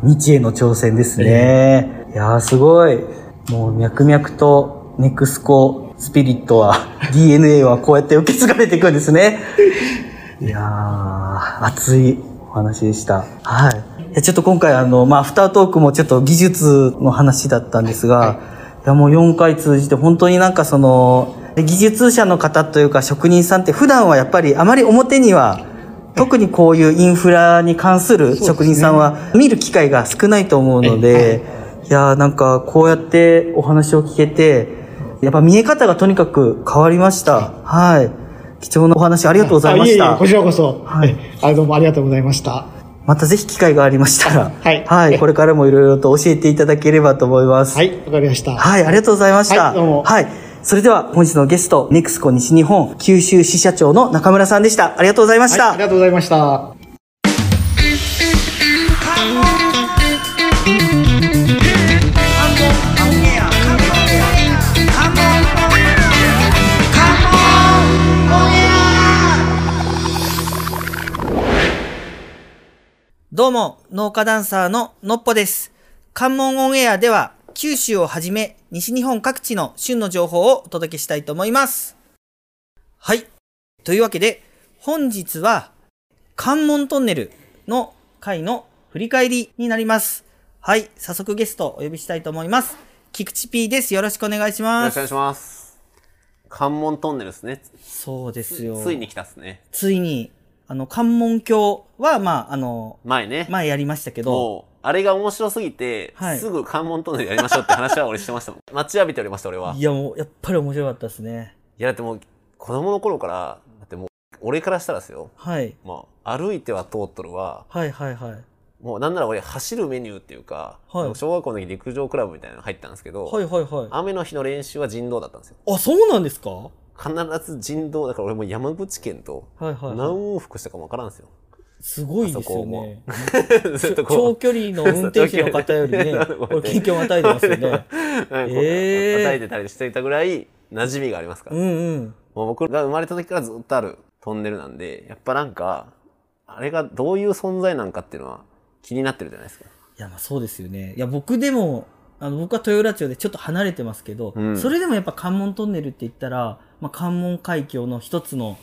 Speaker 1: 未知への挑戦ですね。いやーすごい。もう脈々とネクスコスピリットは DNA はこうやって受け継がれていくんですね。いやー、熱いお話でした。はい。いやちょっと今回あの、まあ、アフタートークもちょっと技術の話だったんですが、い、やもう4回通じて本当になんかその、技術者の方というか職人さんって普段はやっぱりあまり表には特にこういうインフラに関する職人さんは見る機会が少ないと思うので、いやーなんかこうやってお話を聞けて、やっぱ見え方がとにかく変わりました。はい。貴重なお話ありがとうございまし
Speaker 4: あええ
Speaker 1: た
Speaker 4: こ。ちらこそ、
Speaker 1: はい
Speaker 4: えーあどうもありがとうございました。
Speaker 1: またぜひ機会がありましたら、
Speaker 4: はい
Speaker 1: これからもいろいろと教えていただければと思います。
Speaker 4: は。い、わかりました。
Speaker 1: はい、ありがとうございました。
Speaker 4: はいどうも
Speaker 1: はい。それでは本日のゲスト、ネクスコ西日本九州支社長の中村さんでした。ありがとうございまし
Speaker 4: はい、
Speaker 1: た。
Speaker 4: ありがとうございました。
Speaker 1: どうも、農家ダンサーののっぽです。関門オンエアでは、九州をはじめ、西日本各地の旬の情報をお届けしたいと思います。はい。というわけで、本日は、関門トンネルの回の振り返りになります。はい。早速ゲストをお呼びしたいと思います。菊池 P です。よろしくお願いし
Speaker 6: よ
Speaker 1: ま
Speaker 6: ろしくお願い
Speaker 1: す。
Speaker 6: します。関門トンネルですね。
Speaker 1: そうですよ。
Speaker 6: ついに来たっすね。
Speaker 1: ついに、あの、関門橋は、まあ、あの、
Speaker 6: 前ね。
Speaker 1: 前やりましたけど、
Speaker 6: もう、あれが面白すぎて、
Speaker 1: はい
Speaker 6: すぐ関門トンネルやりましょうって話は俺して ましたもん。待ちわびておりました、俺は。い
Speaker 1: いや、もう、やっぱり面白かったですね。
Speaker 6: や、だってもう、子供の頃から、だってもう、俺からしたらですよ。
Speaker 1: はい。
Speaker 6: まあ、歩いては通っとるわ。
Speaker 1: はいはいはい。
Speaker 6: もう、なんなら俺、走るメニューっていうか、
Speaker 1: はい
Speaker 6: 小学校の時陸上クラブみたいなの入ったんですけど、
Speaker 1: はいはいは
Speaker 6: 雨の日の練習は人道だったんですよ。
Speaker 1: い。あ、そうなんですかは
Speaker 6: 必ず人道、だから俺もう山口県と、
Speaker 1: いはい
Speaker 6: 何
Speaker 1: はい。
Speaker 6: 往復したかもわから んですよ。
Speaker 1: すごいです
Speaker 6: あそ
Speaker 1: よ
Speaker 6: こも
Speaker 1: ね。
Speaker 6: ずっとこう。
Speaker 1: 長距離の運転手の方よりね
Speaker 6: そう長距離、の
Speaker 1: これ県境をまたいでますよね。
Speaker 6: うんこう
Speaker 1: えー
Speaker 6: 叩いてたりしていたぐらい馴染みがありますから、
Speaker 1: うんうん。
Speaker 6: もう僕が生まれた時からずっとあるトンネルなんでやっぱなんかあれがどういう存在なんかっていうのは気になってるじゃないですか
Speaker 1: いや、まあそうですよね。いや、僕でも、あの、僕は豊浦町でちょっと離れてますけど、
Speaker 6: うん
Speaker 1: それでもやっぱ関門トンネルって言ったら、まあ関門海峡の一つの、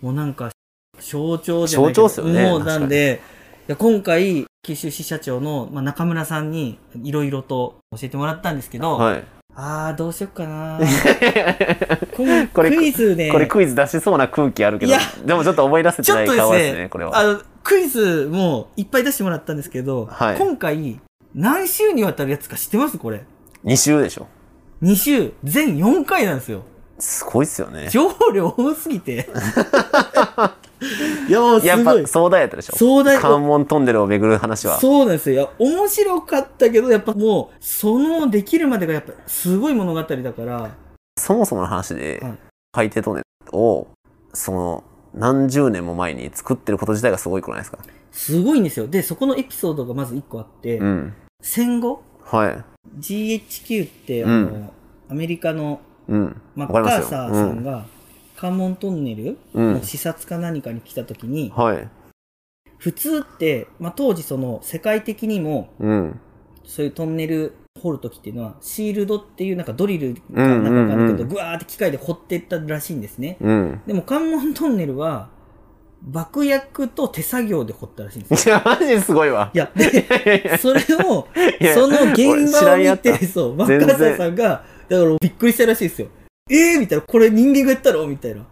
Speaker 1: もうなんか、象徴じゃないけど
Speaker 6: 象徴っすよね
Speaker 1: もうなんで、いや今回、九州支社長の、まあ、中村さんにいろいろと教えてもらったんですけど、
Speaker 6: はい
Speaker 1: あー、どうしよっか なこの
Speaker 6: これ
Speaker 1: クイズね。
Speaker 6: これクイズ出しそうな空気あるけ
Speaker 1: い
Speaker 6: ど
Speaker 1: や
Speaker 6: でもちょっと思い出せて
Speaker 1: ちょ
Speaker 6: な
Speaker 1: っ
Speaker 6: い
Speaker 1: と
Speaker 6: 顔で
Speaker 1: ですすね
Speaker 6: ねこれ
Speaker 1: あ
Speaker 6: は
Speaker 1: の、クイズもいっぱい出してもらったんですけど、
Speaker 6: はい
Speaker 1: 今回、何週にわたるやつか知ってますこれ。
Speaker 6: 2週でしょ
Speaker 1: 2週、全4回なんですよ。
Speaker 6: すごいっすよね
Speaker 1: 情量多すぎて。いや、もう
Speaker 6: や
Speaker 1: す
Speaker 6: っ
Speaker 1: ごい
Speaker 6: ぱ。壮大やったでしょ
Speaker 1: 壮大
Speaker 6: 関門トンネルを巡る話は
Speaker 1: そうなんですよ。いや、面白かったけど、やっぱもう、そのできるまでがやっぱすごい物語だから、
Speaker 6: そもそもの話で
Speaker 1: はい
Speaker 6: 海底トンネルをその何十年も前に作ってること自体がすごいくないですか
Speaker 1: すごいんですよ。で、そこのエピソードがまず1個あって、
Speaker 6: うん
Speaker 1: 戦後
Speaker 6: はい
Speaker 1: GHQ って、あ
Speaker 6: う
Speaker 1: の、
Speaker 6: ん
Speaker 1: アメリカの
Speaker 6: うん。
Speaker 1: マ
Speaker 6: わ
Speaker 1: ッ
Speaker 6: か
Speaker 1: カー
Speaker 6: ります
Speaker 1: サ
Speaker 6: よ。
Speaker 1: ーさんが関門トンネル
Speaker 6: うん
Speaker 1: の視察か何かに来た時に、
Speaker 6: うん。はい。
Speaker 1: 普通って、まあ、当時その世界的にも
Speaker 6: うん。
Speaker 1: そういうトンネル掘るときっていうのはシールドっていうなんかドリルがなんかあるけ
Speaker 6: うんうんう
Speaker 1: どぐわーって機械で掘っていったらしいんですね。
Speaker 6: うん。
Speaker 1: でも関門トンネルは爆薬と手作業で掘ったらしいん ですよ。
Speaker 6: いや、マジですごいわ
Speaker 1: い。や、で、それを、
Speaker 6: いや
Speaker 1: その現
Speaker 6: 俺知
Speaker 1: 場
Speaker 6: ら
Speaker 1: を
Speaker 6: んや
Speaker 1: 見
Speaker 6: った
Speaker 1: て、そう、若
Speaker 6: 全然
Speaker 1: 狭さんが、だからびっくりしたらしいですよ。えーみたいな、これ人間がやったろみたいな。
Speaker 6: い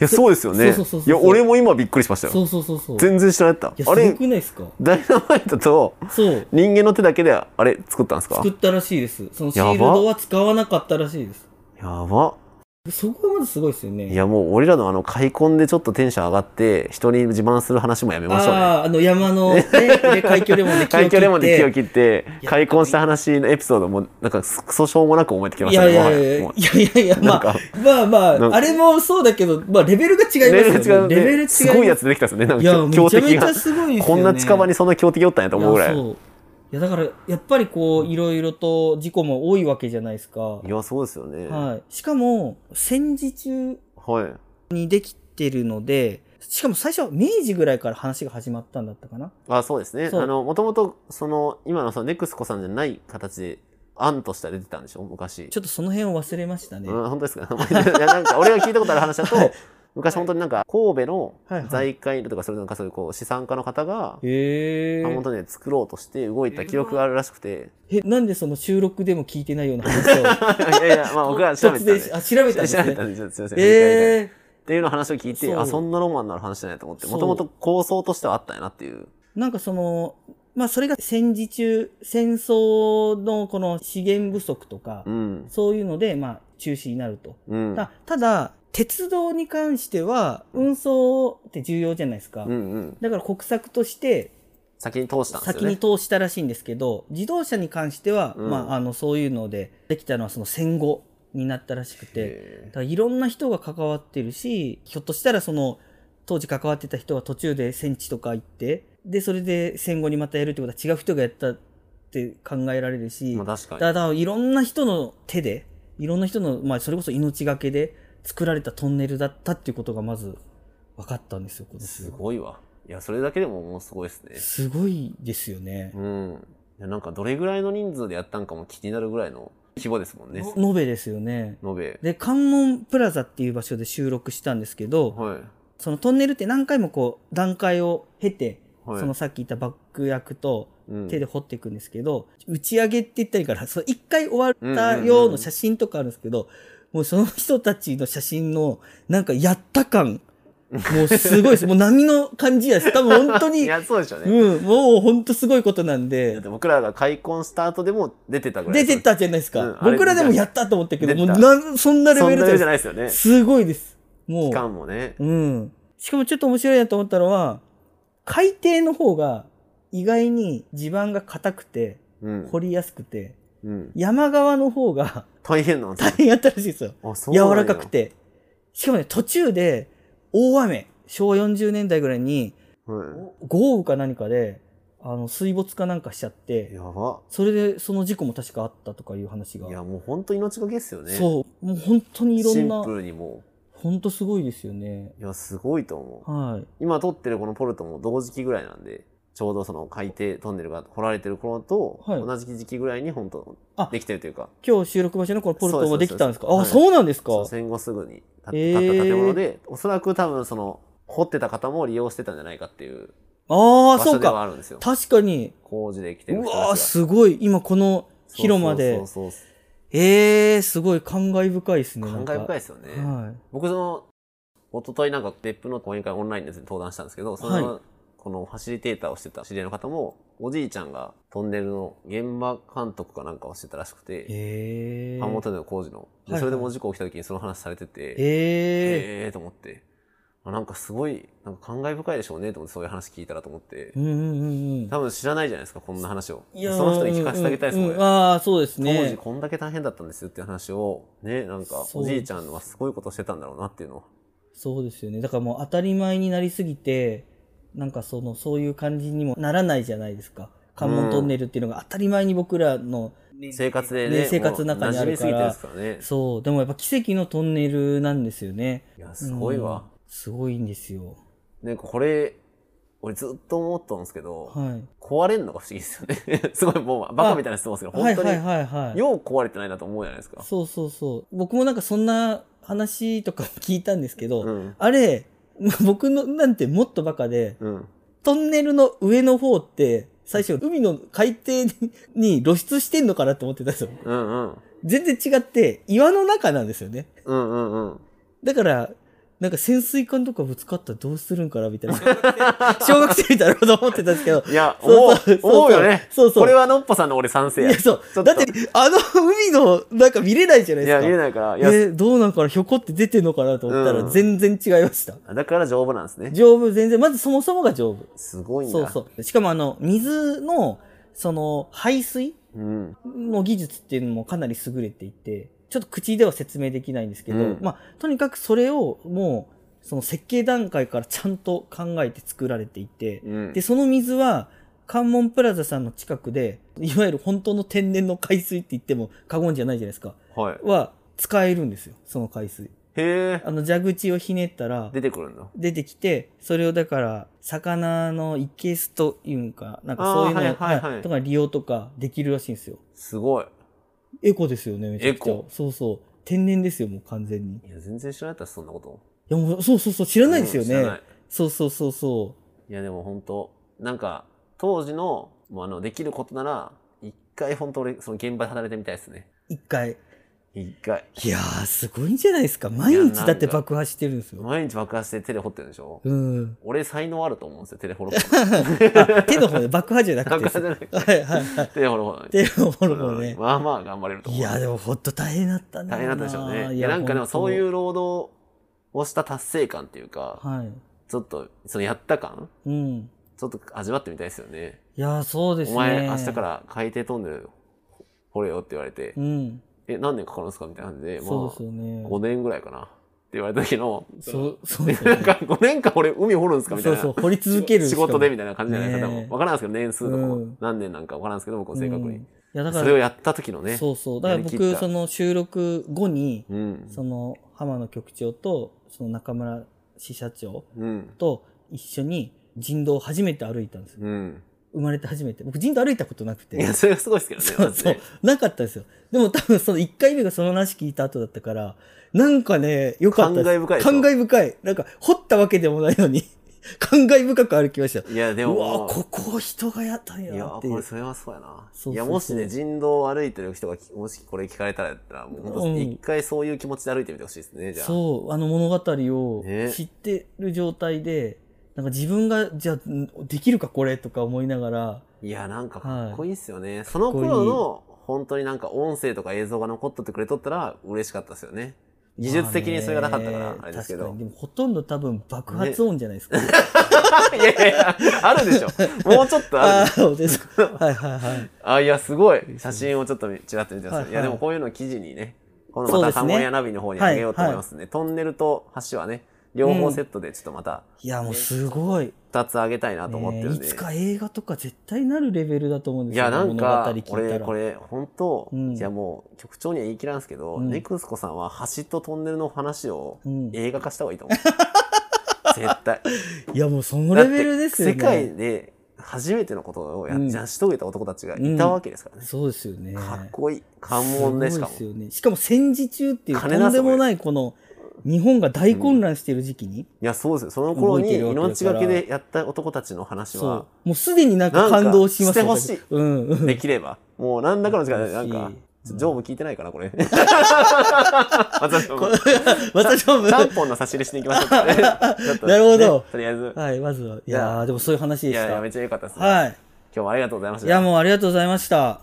Speaker 6: や、そうですよね。
Speaker 1: そうそうそう
Speaker 6: い
Speaker 1: そう
Speaker 6: や、俺も今びっくりしました
Speaker 1: そ
Speaker 6: よ。
Speaker 1: うそうそうそう。
Speaker 6: 全然知らなかっ
Speaker 1: いや、
Speaker 6: た。
Speaker 1: すご
Speaker 6: あれ
Speaker 1: く、ないですか
Speaker 6: ダイナマイトと
Speaker 1: そう。
Speaker 6: 人間の手だけで、あれ、作ったんですか
Speaker 1: 作ったらしいです。そのシ
Speaker 6: やば
Speaker 1: ールドは使わなかったらしいです。
Speaker 6: やば。
Speaker 1: そこがまずすごいですよね。
Speaker 6: いや、もう俺らのあの、開墾でちょっとテンション上がって、人に自慢する話もやめましょうね。
Speaker 1: ああ、あの山の、 ね、で海峡レモンで気を切
Speaker 6: 海
Speaker 1: って
Speaker 6: 峡レモンで木を切って、
Speaker 1: いや
Speaker 6: 開墾した話のエピソードも、なんか、クソしょうもなく思えてきま
Speaker 1: い
Speaker 6: した
Speaker 1: や
Speaker 6: ね。
Speaker 1: いやいやい
Speaker 6: も
Speaker 1: や
Speaker 6: う
Speaker 1: いやいや、
Speaker 6: なん
Speaker 1: ま
Speaker 6: か
Speaker 1: あ、まあま
Speaker 6: なん
Speaker 1: あ、
Speaker 6: か
Speaker 1: あれもそうだけど、まあレベルが違い
Speaker 6: レベ
Speaker 1: ます
Speaker 6: ル
Speaker 1: よ
Speaker 6: が違う
Speaker 1: ね。レ
Speaker 6: ね。
Speaker 1: ベル違います
Speaker 6: すごいやつ出てきたですね。なん
Speaker 1: いや、
Speaker 6: か、
Speaker 1: め
Speaker 6: 強
Speaker 1: ちゃ
Speaker 6: 敵
Speaker 1: めち
Speaker 6: が
Speaker 1: ゃ、すごいですよ
Speaker 6: こ
Speaker 1: ね。
Speaker 6: んな近場にそんな強敵おったんやと思うぐら
Speaker 1: い
Speaker 6: い。
Speaker 1: やそういや、だから、やっぱりこう、いろいろと事故も多いわけじゃないですか。
Speaker 6: いや、そうですよね。
Speaker 1: はい。しかも、戦時中
Speaker 6: はい。
Speaker 1: にできてるので、しかも最初は明治ぐらいから話が始まったんだったかな。
Speaker 6: あそうですね。
Speaker 1: そう
Speaker 6: あの、もともと、その、今のそのネクスコさんじゃない形で、案としては出てたんでしょ昔。
Speaker 1: ちょっとその辺を忘れましたね。
Speaker 6: うん、本当ですか いや、なんか、俺が聞いたことある話だと、昔本当になんか、神戸の
Speaker 1: はいはい
Speaker 6: 財界とか、それなんかそういうこう、資産家の方が、
Speaker 1: へえ。
Speaker 6: あ本当ね、作ろうとして動いた記録があるらしくて、
Speaker 1: え、なんでその収録でも聞いてないような話を
Speaker 6: いやい や、まあ僕は調べ
Speaker 1: 突
Speaker 6: てたんで。
Speaker 1: 然、あ、調べ
Speaker 6: 調
Speaker 1: たん
Speaker 6: べ
Speaker 1: です
Speaker 6: て
Speaker 1: ね
Speaker 6: た。んで、ちょっとすいません。
Speaker 1: ええ
Speaker 6: っていうの話を聞いて、
Speaker 1: そう
Speaker 6: あ、そんなロマンのある話じゃないと思って、
Speaker 1: そ
Speaker 6: も
Speaker 1: う
Speaker 6: ともと構想としてはあったんやなっていう。
Speaker 1: なんかその、まあそれが戦時中、戦争のこの資源不足とか、
Speaker 6: うん。
Speaker 1: そういうので、まあ中止になると。
Speaker 6: うん。
Speaker 1: たただ、鉄道に関しては、運送って重要じゃないですか。
Speaker 6: うんうん。
Speaker 1: だから国策として
Speaker 6: 先に通したんですよね。
Speaker 1: 先に通したらしいんですけど、自動車に関しては、
Speaker 6: うん
Speaker 1: まあ、あの、そういうので、できたのはその戦後になったらしくて、だ
Speaker 6: へ
Speaker 1: からいろんな人が関わってるし、ひょっとしたらその、当時関わってた人は途中で戦地とか行って、で、それで戦後にまたやるってことは違う人がやったって考えられるし、
Speaker 6: ーまあ確か
Speaker 1: だからいろんな人の手で、いろんな人の、まあ、それこそ命がけで作られたトンネルだったっていうことがまず分かったんですよ、今
Speaker 6: に。
Speaker 1: 年
Speaker 6: すごいわ。いや、それだけでももうすごいですね。
Speaker 1: すごいですよね。
Speaker 6: うん。いや、なんかどれぐらいの人数でやったんかも気になるぐらいの規模ですもんね。
Speaker 1: の延べですよね。
Speaker 6: 延べ。
Speaker 1: で、関門プラザっていう場所で収録したんですけど、
Speaker 6: はい。
Speaker 1: そのトンネルって何回もこう、段階を経て、
Speaker 6: はい
Speaker 1: そのさっき言ったバック役と
Speaker 6: うん
Speaker 1: 手で掘っていくんですけど、打ち上げって言ったらいいから、そ の一回終わったような写真とかあるんですけど、もうその人たちの写真の、なんかやった感、もうすごい です。もう波の感じやです。多分本当
Speaker 6: い
Speaker 1: に、
Speaker 6: や、そうでしょうね。
Speaker 1: うん、もう本当すごいことなん
Speaker 6: だ
Speaker 1: で
Speaker 6: って、僕らが開墾した後でも出てたぐらい。
Speaker 1: 出てたじゃないですか。
Speaker 6: うんあれ
Speaker 1: 僕らでもやったと思ったけど、もう
Speaker 6: 出た
Speaker 1: なん、そんなレ
Speaker 6: そん
Speaker 1: ベ
Speaker 6: な
Speaker 1: ル
Speaker 6: レベル
Speaker 1: で
Speaker 6: じゃないですよね。
Speaker 1: すごいです。も
Speaker 6: 期
Speaker 1: う。
Speaker 6: 間もね。
Speaker 1: うん。しかもちょっと面白いなと思ったのは、海底の方が意外に地盤が硬くて、
Speaker 6: うん。
Speaker 1: 掘りやすくて、
Speaker 6: うん。
Speaker 1: 山側の方が
Speaker 6: 大変 なんです
Speaker 1: 大
Speaker 6: よ。
Speaker 1: 変やったらしいですよ。
Speaker 6: あ、そうなん
Speaker 1: 柔
Speaker 6: や
Speaker 1: らかく。て。しかもね、途中で大雨、昭和40年代ぐらいに、
Speaker 6: は
Speaker 1: 豪雨か何かで、あの、水没かなんかしちゃっ
Speaker 6: い。
Speaker 1: て、
Speaker 6: やば。
Speaker 1: それでその事故も確かあったとかいう話が
Speaker 6: い。や、もう本当命がけっすよね。
Speaker 1: そう。もう本当にいろ
Speaker 6: シ
Speaker 1: ん
Speaker 6: ンプ
Speaker 1: な、
Speaker 6: ルにも
Speaker 1: 本当すごいですよね。
Speaker 6: う。いや、すごいと思う。
Speaker 1: はい。
Speaker 6: 今撮ってるこのポルトも同時期ぐらいなんで、ちょうどその海底トンネルが掘られてる頃と、
Speaker 1: はい
Speaker 6: 同じ時期ぐらいに本当
Speaker 1: あ、
Speaker 6: できてるというか、
Speaker 1: 今日収録場所のこのポルト
Speaker 6: そう
Speaker 1: は
Speaker 6: で
Speaker 1: ですきたんですか
Speaker 6: そう
Speaker 1: あ、
Speaker 6: ですそうです
Speaker 1: そうなんですか
Speaker 6: そう戦後すぐに建
Speaker 1: え
Speaker 6: て
Speaker 1: ー
Speaker 6: 建った建物で、おそらく多分その、掘ってた方も利用してたんじゃないかっていう
Speaker 1: あ
Speaker 6: 場
Speaker 1: あ、そ
Speaker 6: 所
Speaker 1: う
Speaker 6: では
Speaker 1: か。
Speaker 6: あるんですよ。
Speaker 1: 確かに。
Speaker 6: 工事で来てる
Speaker 1: う
Speaker 6: 人
Speaker 1: わー
Speaker 6: たちが。
Speaker 1: すごい。今この広間で
Speaker 6: そう。そうそう
Speaker 1: ええー、すごい感慨深いですね。
Speaker 6: そう。感慨深い
Speaker 1: い
Speaker 6: ですよね。
Speaker 1: は
Speaker 6: 僕その、一昨日なんか別府の講演会オンラインのやつに登壇したんですけど、その、
Speaker 1: は
Speaker 6: このファシリテーターをしてた知り合いの方も、おじいちゃんがトンネルの現場監督かなんかをしてたらしく
Speaker 1: い。
Speaker 6: て、
Speaker 1: ええ
Speaker 6: 版元
Speaker 1: ー。
Speaker 6: での工事の。
Speaker 1: はい
Speaker 6: で
Speaker 1: はい
Speaker 6: それでもう事故起きた時にその話されてて、え
Speaker 1: え
Speaker 6: えーと思って、あなんかすごい、なんか感慨深いでしょうねと思ってそういう話聞いたらと思って
Speaker 1: えー。う、んうんうんうん。
Speaker 6: 多分知らないじゃないですか、こんな話を。
Speaker 1: いやー
Speaker 6: その人に聞かせてあげたいですもん
Speaker 1: う
Speaker 6: ね
Speaker 1: う。ああ、そうです
Speaker 6: 当時
Speaker 1: ね。
Speaker 6: こんだけ大変だったんですよっていう話を、ね、なんか
Speaker 1: そう
Speaker 6: おじいちゃんはすごいことしてたんだろうなっていうのを。
Speaker 1: そうですよね。だからもう当たり前になりすぎて、なんかその、そういう感じにもならないじゃないですか。関門トンネルっていうのが当たり前に僕らの
Speaker 6: 生活でね
Speaker 1: ね生活の中にあるから
Speaker 6: もう馴染みすぎてですか
Speaker 1: そう、でもやっぱ奇跡のトンネルなんですよね。
Speaker 6: らねいやすごいわ
Speaker 1: うん、すごいんですよ。
Speaker 6: ねこれ俺ずっと思ったんですけど、
Speaker 1: はい。
Speaker 6: 壊れんのが不思議ですよね。 すごいもうバカみたいな質問ですけど、
Speaker 1: は
Speaker 6: 本
Speaker 1: い
Speaker 6: 当
Speaker 1: はい
Speaker 6: に、
Speaker 1: はいはい。
Speaker 6: よう壊れてないなと思うじゃないですか。
Speaker 1: そうそうそう。僕もなんかそんな話とか聞いたんですけど、
Speaker 6: うん。
Speaker 1: あれ、ま僕のなんてもっとバカで、
Speaker 6: うん。
Speaker 1: トンネルの上の方って、最初海の海底にに露出してんのかなって思ってたんですよ。
Speaker 6: うんうん。
Speaker 1: 全然違って、岩の中なんですよね。
Speaker 6: うんうんうん。
Speaker 1: だから、なんか潜水艦とかぶつかったらどうするんかなみたい な。小学生みたいなこと思ってたんですけど。
Speaker 6: いや、
Speaker 1: そ
Speaker 6: 思
Speaker 1: う
Speaker 6: う
Speaker 1: そう、
Speaker 6: 思うよね。
Speaker 1: そうそう
Speaker 6: これはのっぽさんの俺賛成
Speaker 1: い
Speaker 6: や。
Speaker 1: や、そ
Speaker 6: ちょ
Speaker 1: う。
Speaker 6: っと
Speaker 1: だって、あの海の、なんか見れないじゃない
Speaker 6: い
Speaker 1: です
Speaker 6: や、
Speaker 1: か。
Speaker 6: 見えないから。いや、
Speaker 1: えーどうなんかなひょこって出てんのかなと思ったら、
Speaker 6: うん
Speaker 1: 全然違いました。
Speaker 6: だから丈夫なんですね。
Speaker 1: 丈夫、全然。まずそもそもが丈夫。
Speaker 6: すごいんだ。
Speaker 1: そうそう。しかもあの、水の、その、排水
Speaker 6: う。うん。
Speaker 1: の技術っていうのもかなり優れていて、ちょっと口では説明できないんですけど、
Speaker 6: うん
Speaker 1: まあ、とにかくそれをもう、その設計段階からちゃんと考えて作られていて、
Speaker 6: うん
Speaker 1: で、。その水は、関門プラザさんの近くで、いわゆる本当の天然の海水って言っても過言じゃないじゃないですか。
Speaker 6: はい。
Speaker 1: は、使えるんですよ、その海水。
Speaker 6: へえ。
Speaker 1: あの、蛇口をひねったら、
Speaker 6: 出てくるんだ。
Speaker 1: 出てきて、それをだから、魚のイケスというんか、なんか
Speaker 6: あー
Speaker 1: そういうの
Speaker 6: はいはいはい
Speaker 1: とか利用とかできるらしいんですよ。
Speaker 6: すごい。
Speaker 1: エコですよね、めちゃくちゃ。
Speaker 6: エコ
Speaker 1: そうそう。天然ですよ、もう完全に。い
Speaker 6: いや、全然知らなかったです、そんなこと。
Speaker 1: や、もう、そうそうそう、知らないですよ
Speaker 6: うん知らない
Speaker 1: ね。そうそうそうそ
Speaker 6: いや、でも本当なんか、当時の、もうあの、できることなら、一回本当俺、その現場で働いてみたいですね。
Speaker 1: う。一回。
Speaker 6: 一回。
Speaker 1: いやー、すごいんじゃないですか。毎
Speaker 6: いや
Speaker 1: 日
Speaker 6: なんか
Speaker 1: だって爆破してるんですよ。
Speaker 6: 毎日爆発して手で掘ってるでしょ
Speaker 1: うん。
Speaker 6: 俺才能あると思うんですよ、テレフォロ ー。
Speaker 1: あ手の方で爆破じゃなくて
Speaker 6: 爆
Speaker 1: です
Speaker 6: 発
Speaker 1: ね。
Speaker 6: じゃなくて
Speaker 1: はいはいはい。
Speaker 6: テレフォロー。
Speaker 1: 手の方の ね。
Speaker 6: まあまあ頑張れると思。
Speaker 1: いうや、でもほんと大変だったな。
Speaker 6: 大変だったでしょうね。
Speaker 1: い
Speaker 6: い
Speaker 1: や
Speaker 6: や、なんかでもそうい。
Speaker 1: ほ
Speaker 6: う労働をした達成感っていうか、
Speaker 1: とはい。
Speaker 6: ちょっと、そのやった感
Speaker 1: うん。
Speaker 6: ちょっと味わってみたいですよね。
Speaker 1: いやー、そうです
Speaker 6: お
Speaker 1: ね。
Speaker 6: 前、明日から海底トンネル掘れよって言われて、
Speaker 1: うん。
Speaker 6: え、何年かかるんですかみたいな感じで、まあ、
Speaker 1: そうですよね。
Speaker 6: 5年ぐらいかな。って言われた時の、
Speaker 1: そう、そうですよ
Speaker 6: なん
Speaker 1: ね。
Speaker 6: か5年間俺海掘るんですかみたい
Speaker 1: そう
Speaker 6: な。
Speaker 1: そう、掘り続ける。
Speaker 6: 仕事でみたいな感じじゃないですか、
Speaker 1: ねえ
Speaker 6: 多分。わからんですけど、年数とか
Speaker 1: う
Speaker 6: も
Speaker 1: ん
Speaker 6: 何年なんかわからんですけど、僕は正確
Speaker 1: うん
Speaker 6: に
Speaker 1: い。や、だから、
Speaker 6: それをやった時のね。
Speaker 1: そうそう。だから
Speaker 6: やりきっ
Speaker 1: 僕、
Speaker 6: た
Speaker 1: その収録後に、
Speaker 6: うん。
Speaker 1: その、浜野局長と、その中村支社長
Speaker 6: うん。
Speaker 1: と一緒に人道を初めて歩いたんですよ。
Speaker 6: うん。
Speaker 1: 生まれて初めて。僕人道歩いたことなく
Speaker 6: い
Speaker 1: て
Speaker 6: や、。それがすごいですけどね。
Speaker 1: そうそう。なかったですよ。でも多分その1回目がその話聞いた後だったから、なんかね、良かったです。
Speaker 6: 感慨深いでしょ
Speaker 1: 感慨深い。なんか、掘ったわけでもないのに、 感慨深く歩きましたよ。
Speaker 6: マジでいや、で
Speaker 1: う
Speaker 6: も。
Speaker 1: わここ人がやったん
Speaker 6: いや、
Speaker 1: やってい
Speaker 6: これ
Speaker 1: う。
Speaker 6: それはそうやな。
Speaker 1: そうそうそう
Speaker 6: いや、もしね、人道を歩いてる人が、もしこれ聞かれたらやったら、もう本当
Speaker 1: うん
Speaker 6: 一回そういう気持ちで歩いてみてほしいですね、じゃあ。
Speaker 1: そう、あの物語を
Speaker 6: ね
Speaker 1: 知ってる状態で、なんか自分が、じゃあ、んできるかこれとか思いながら、
Speaker 6: いや、なんかかっこいいっすよね。その頃の、本当になんか音声とか映像が残っとってくれとったら嬉しかったですよね。技術的にそれがなかったから
Speaker 1: ま、ね
Speaker 6: あれですけ
Speaker 1: 確
Speaker 6: ど
Speaker 1: かに。でもほとんど多分爆発音じゃないですか。
Speaker 6: いやいやいや、あるでしょ。もうちょっとあ
Speaker 1: ああ、
Speaker 6: る。
Speaker 1: そうですか。はいはいはい。
Speaker 6: あ、いや、すごい。写真をちょっとちらっと見てます、
Speaker 1: はい
Speaker 6: い
Speaker 1: はい
Speaker 6: や、でもこういうの記事にね、この
Speaker 1: そう
Speaker 6: ま
Speaker 1: で
Speaker 6: た
Speaker 1: すね
Speaker 6: カモヤナビの方にあげようと思いますね。トンネルと橋はね、両方セットでちょっとまた
Speaker 1: いや、もうすごい。
Speaker 6: 2つあげたいなと思ってるん
Speaker 1: ね
Speaker 6: で。
Speaker 1: いつか映画とか絶対なるレベルだと思うんで
Speaker 6: い
Speaker 1: すよ、
Speaker 6: や、
Speaker 1: ね、
Speaker 6: なんか
Speaker 1: 物語聞い、たら
Speaker 6: 俺、これ、本当、
Speaker 1: うん
Speaker 6: いや、もう、局長には言い切らんすけど、
Speaker 1: うん
Speaker 6: ネクスコさんは橋とトンネルの話を
Speaker 1: うん
Speaker 6: 映画化した方がいい と思う。絶対。
Speaker 1: いやもうそのレベルですよね
Speaker 6: だって世界で初めてのことをや、
Speaker 1: うん
Speaker 6: 成し遂げた男たちがいたわけですからね。
Speaker 1: そうですよね
Speaker 6: かっこいい。関門でしかも
Speaker 1: すごい。ですよねしかも戦時中っていうと
Speaker 6: 金出
Speaker 1: ん
Speaker 6: す
Speaker 1: で
Speaker 6: よ
Speaker 1: もないこの日本が大混乱してる時期に、
Speaker 6: いや、そうですよ。その頃
Speaker 1: 動いて
Speaker 6: に
Speaker 1: るわけだ
Speaker 6: 命
Speaker 1: から
Speaker 6: がけでやった男たちの話
Speaker 1: そう
Speaker 6: は、
Speaker 1: もうすでになんか感動しますよ
Speaker 6: なんかしてほしい
Speaker 1: うんうん
Speaker 6: できれば、もう何らかの力で、なん
Speaker 1: 欲
Speaker 6: か
Speaker 1: しい、
Speaker 6: ちょ上部聞いてないかな、これ。私も、
Speaker 1: 私も
Speaker 6: 三本の差し入れしに行きましょうかね。 ちょっとね
Speaker 1: なるほど
Speaker 6: とりあえず。
Speaker 1: はいまずはい
Speaker 6: いや
Speaker 1: やーでもそういう話
Speaker 6: い
Speaker 1: でし
Speaker 6: や、い
Speaker 1: た
Speaker 6: やめっちゃ良かったですね。今
Speaker 1: は
Speaker 6: 日はありがとうございまし
Speaker 1: いい
Speaker 6: た。
Speaker 1: やもうありがとうございました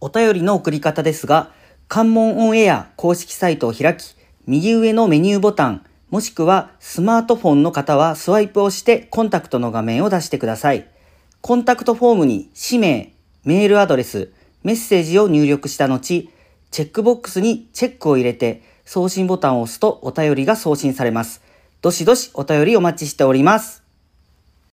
Speaker 7: お便りの送り方ですが、関門オンエア公式サイトを開き、右上のメニューボタン、もしくはスマートフォンの方はスワイプをしてコンタクトの画面を出してください。コンタクトフォームに氏名、メールアドレス、メッセージを入力した後、チェックボックスにチェックを入れて送信ボタンを押すとお便りが送信されます。どしどしお便りお待ちしております。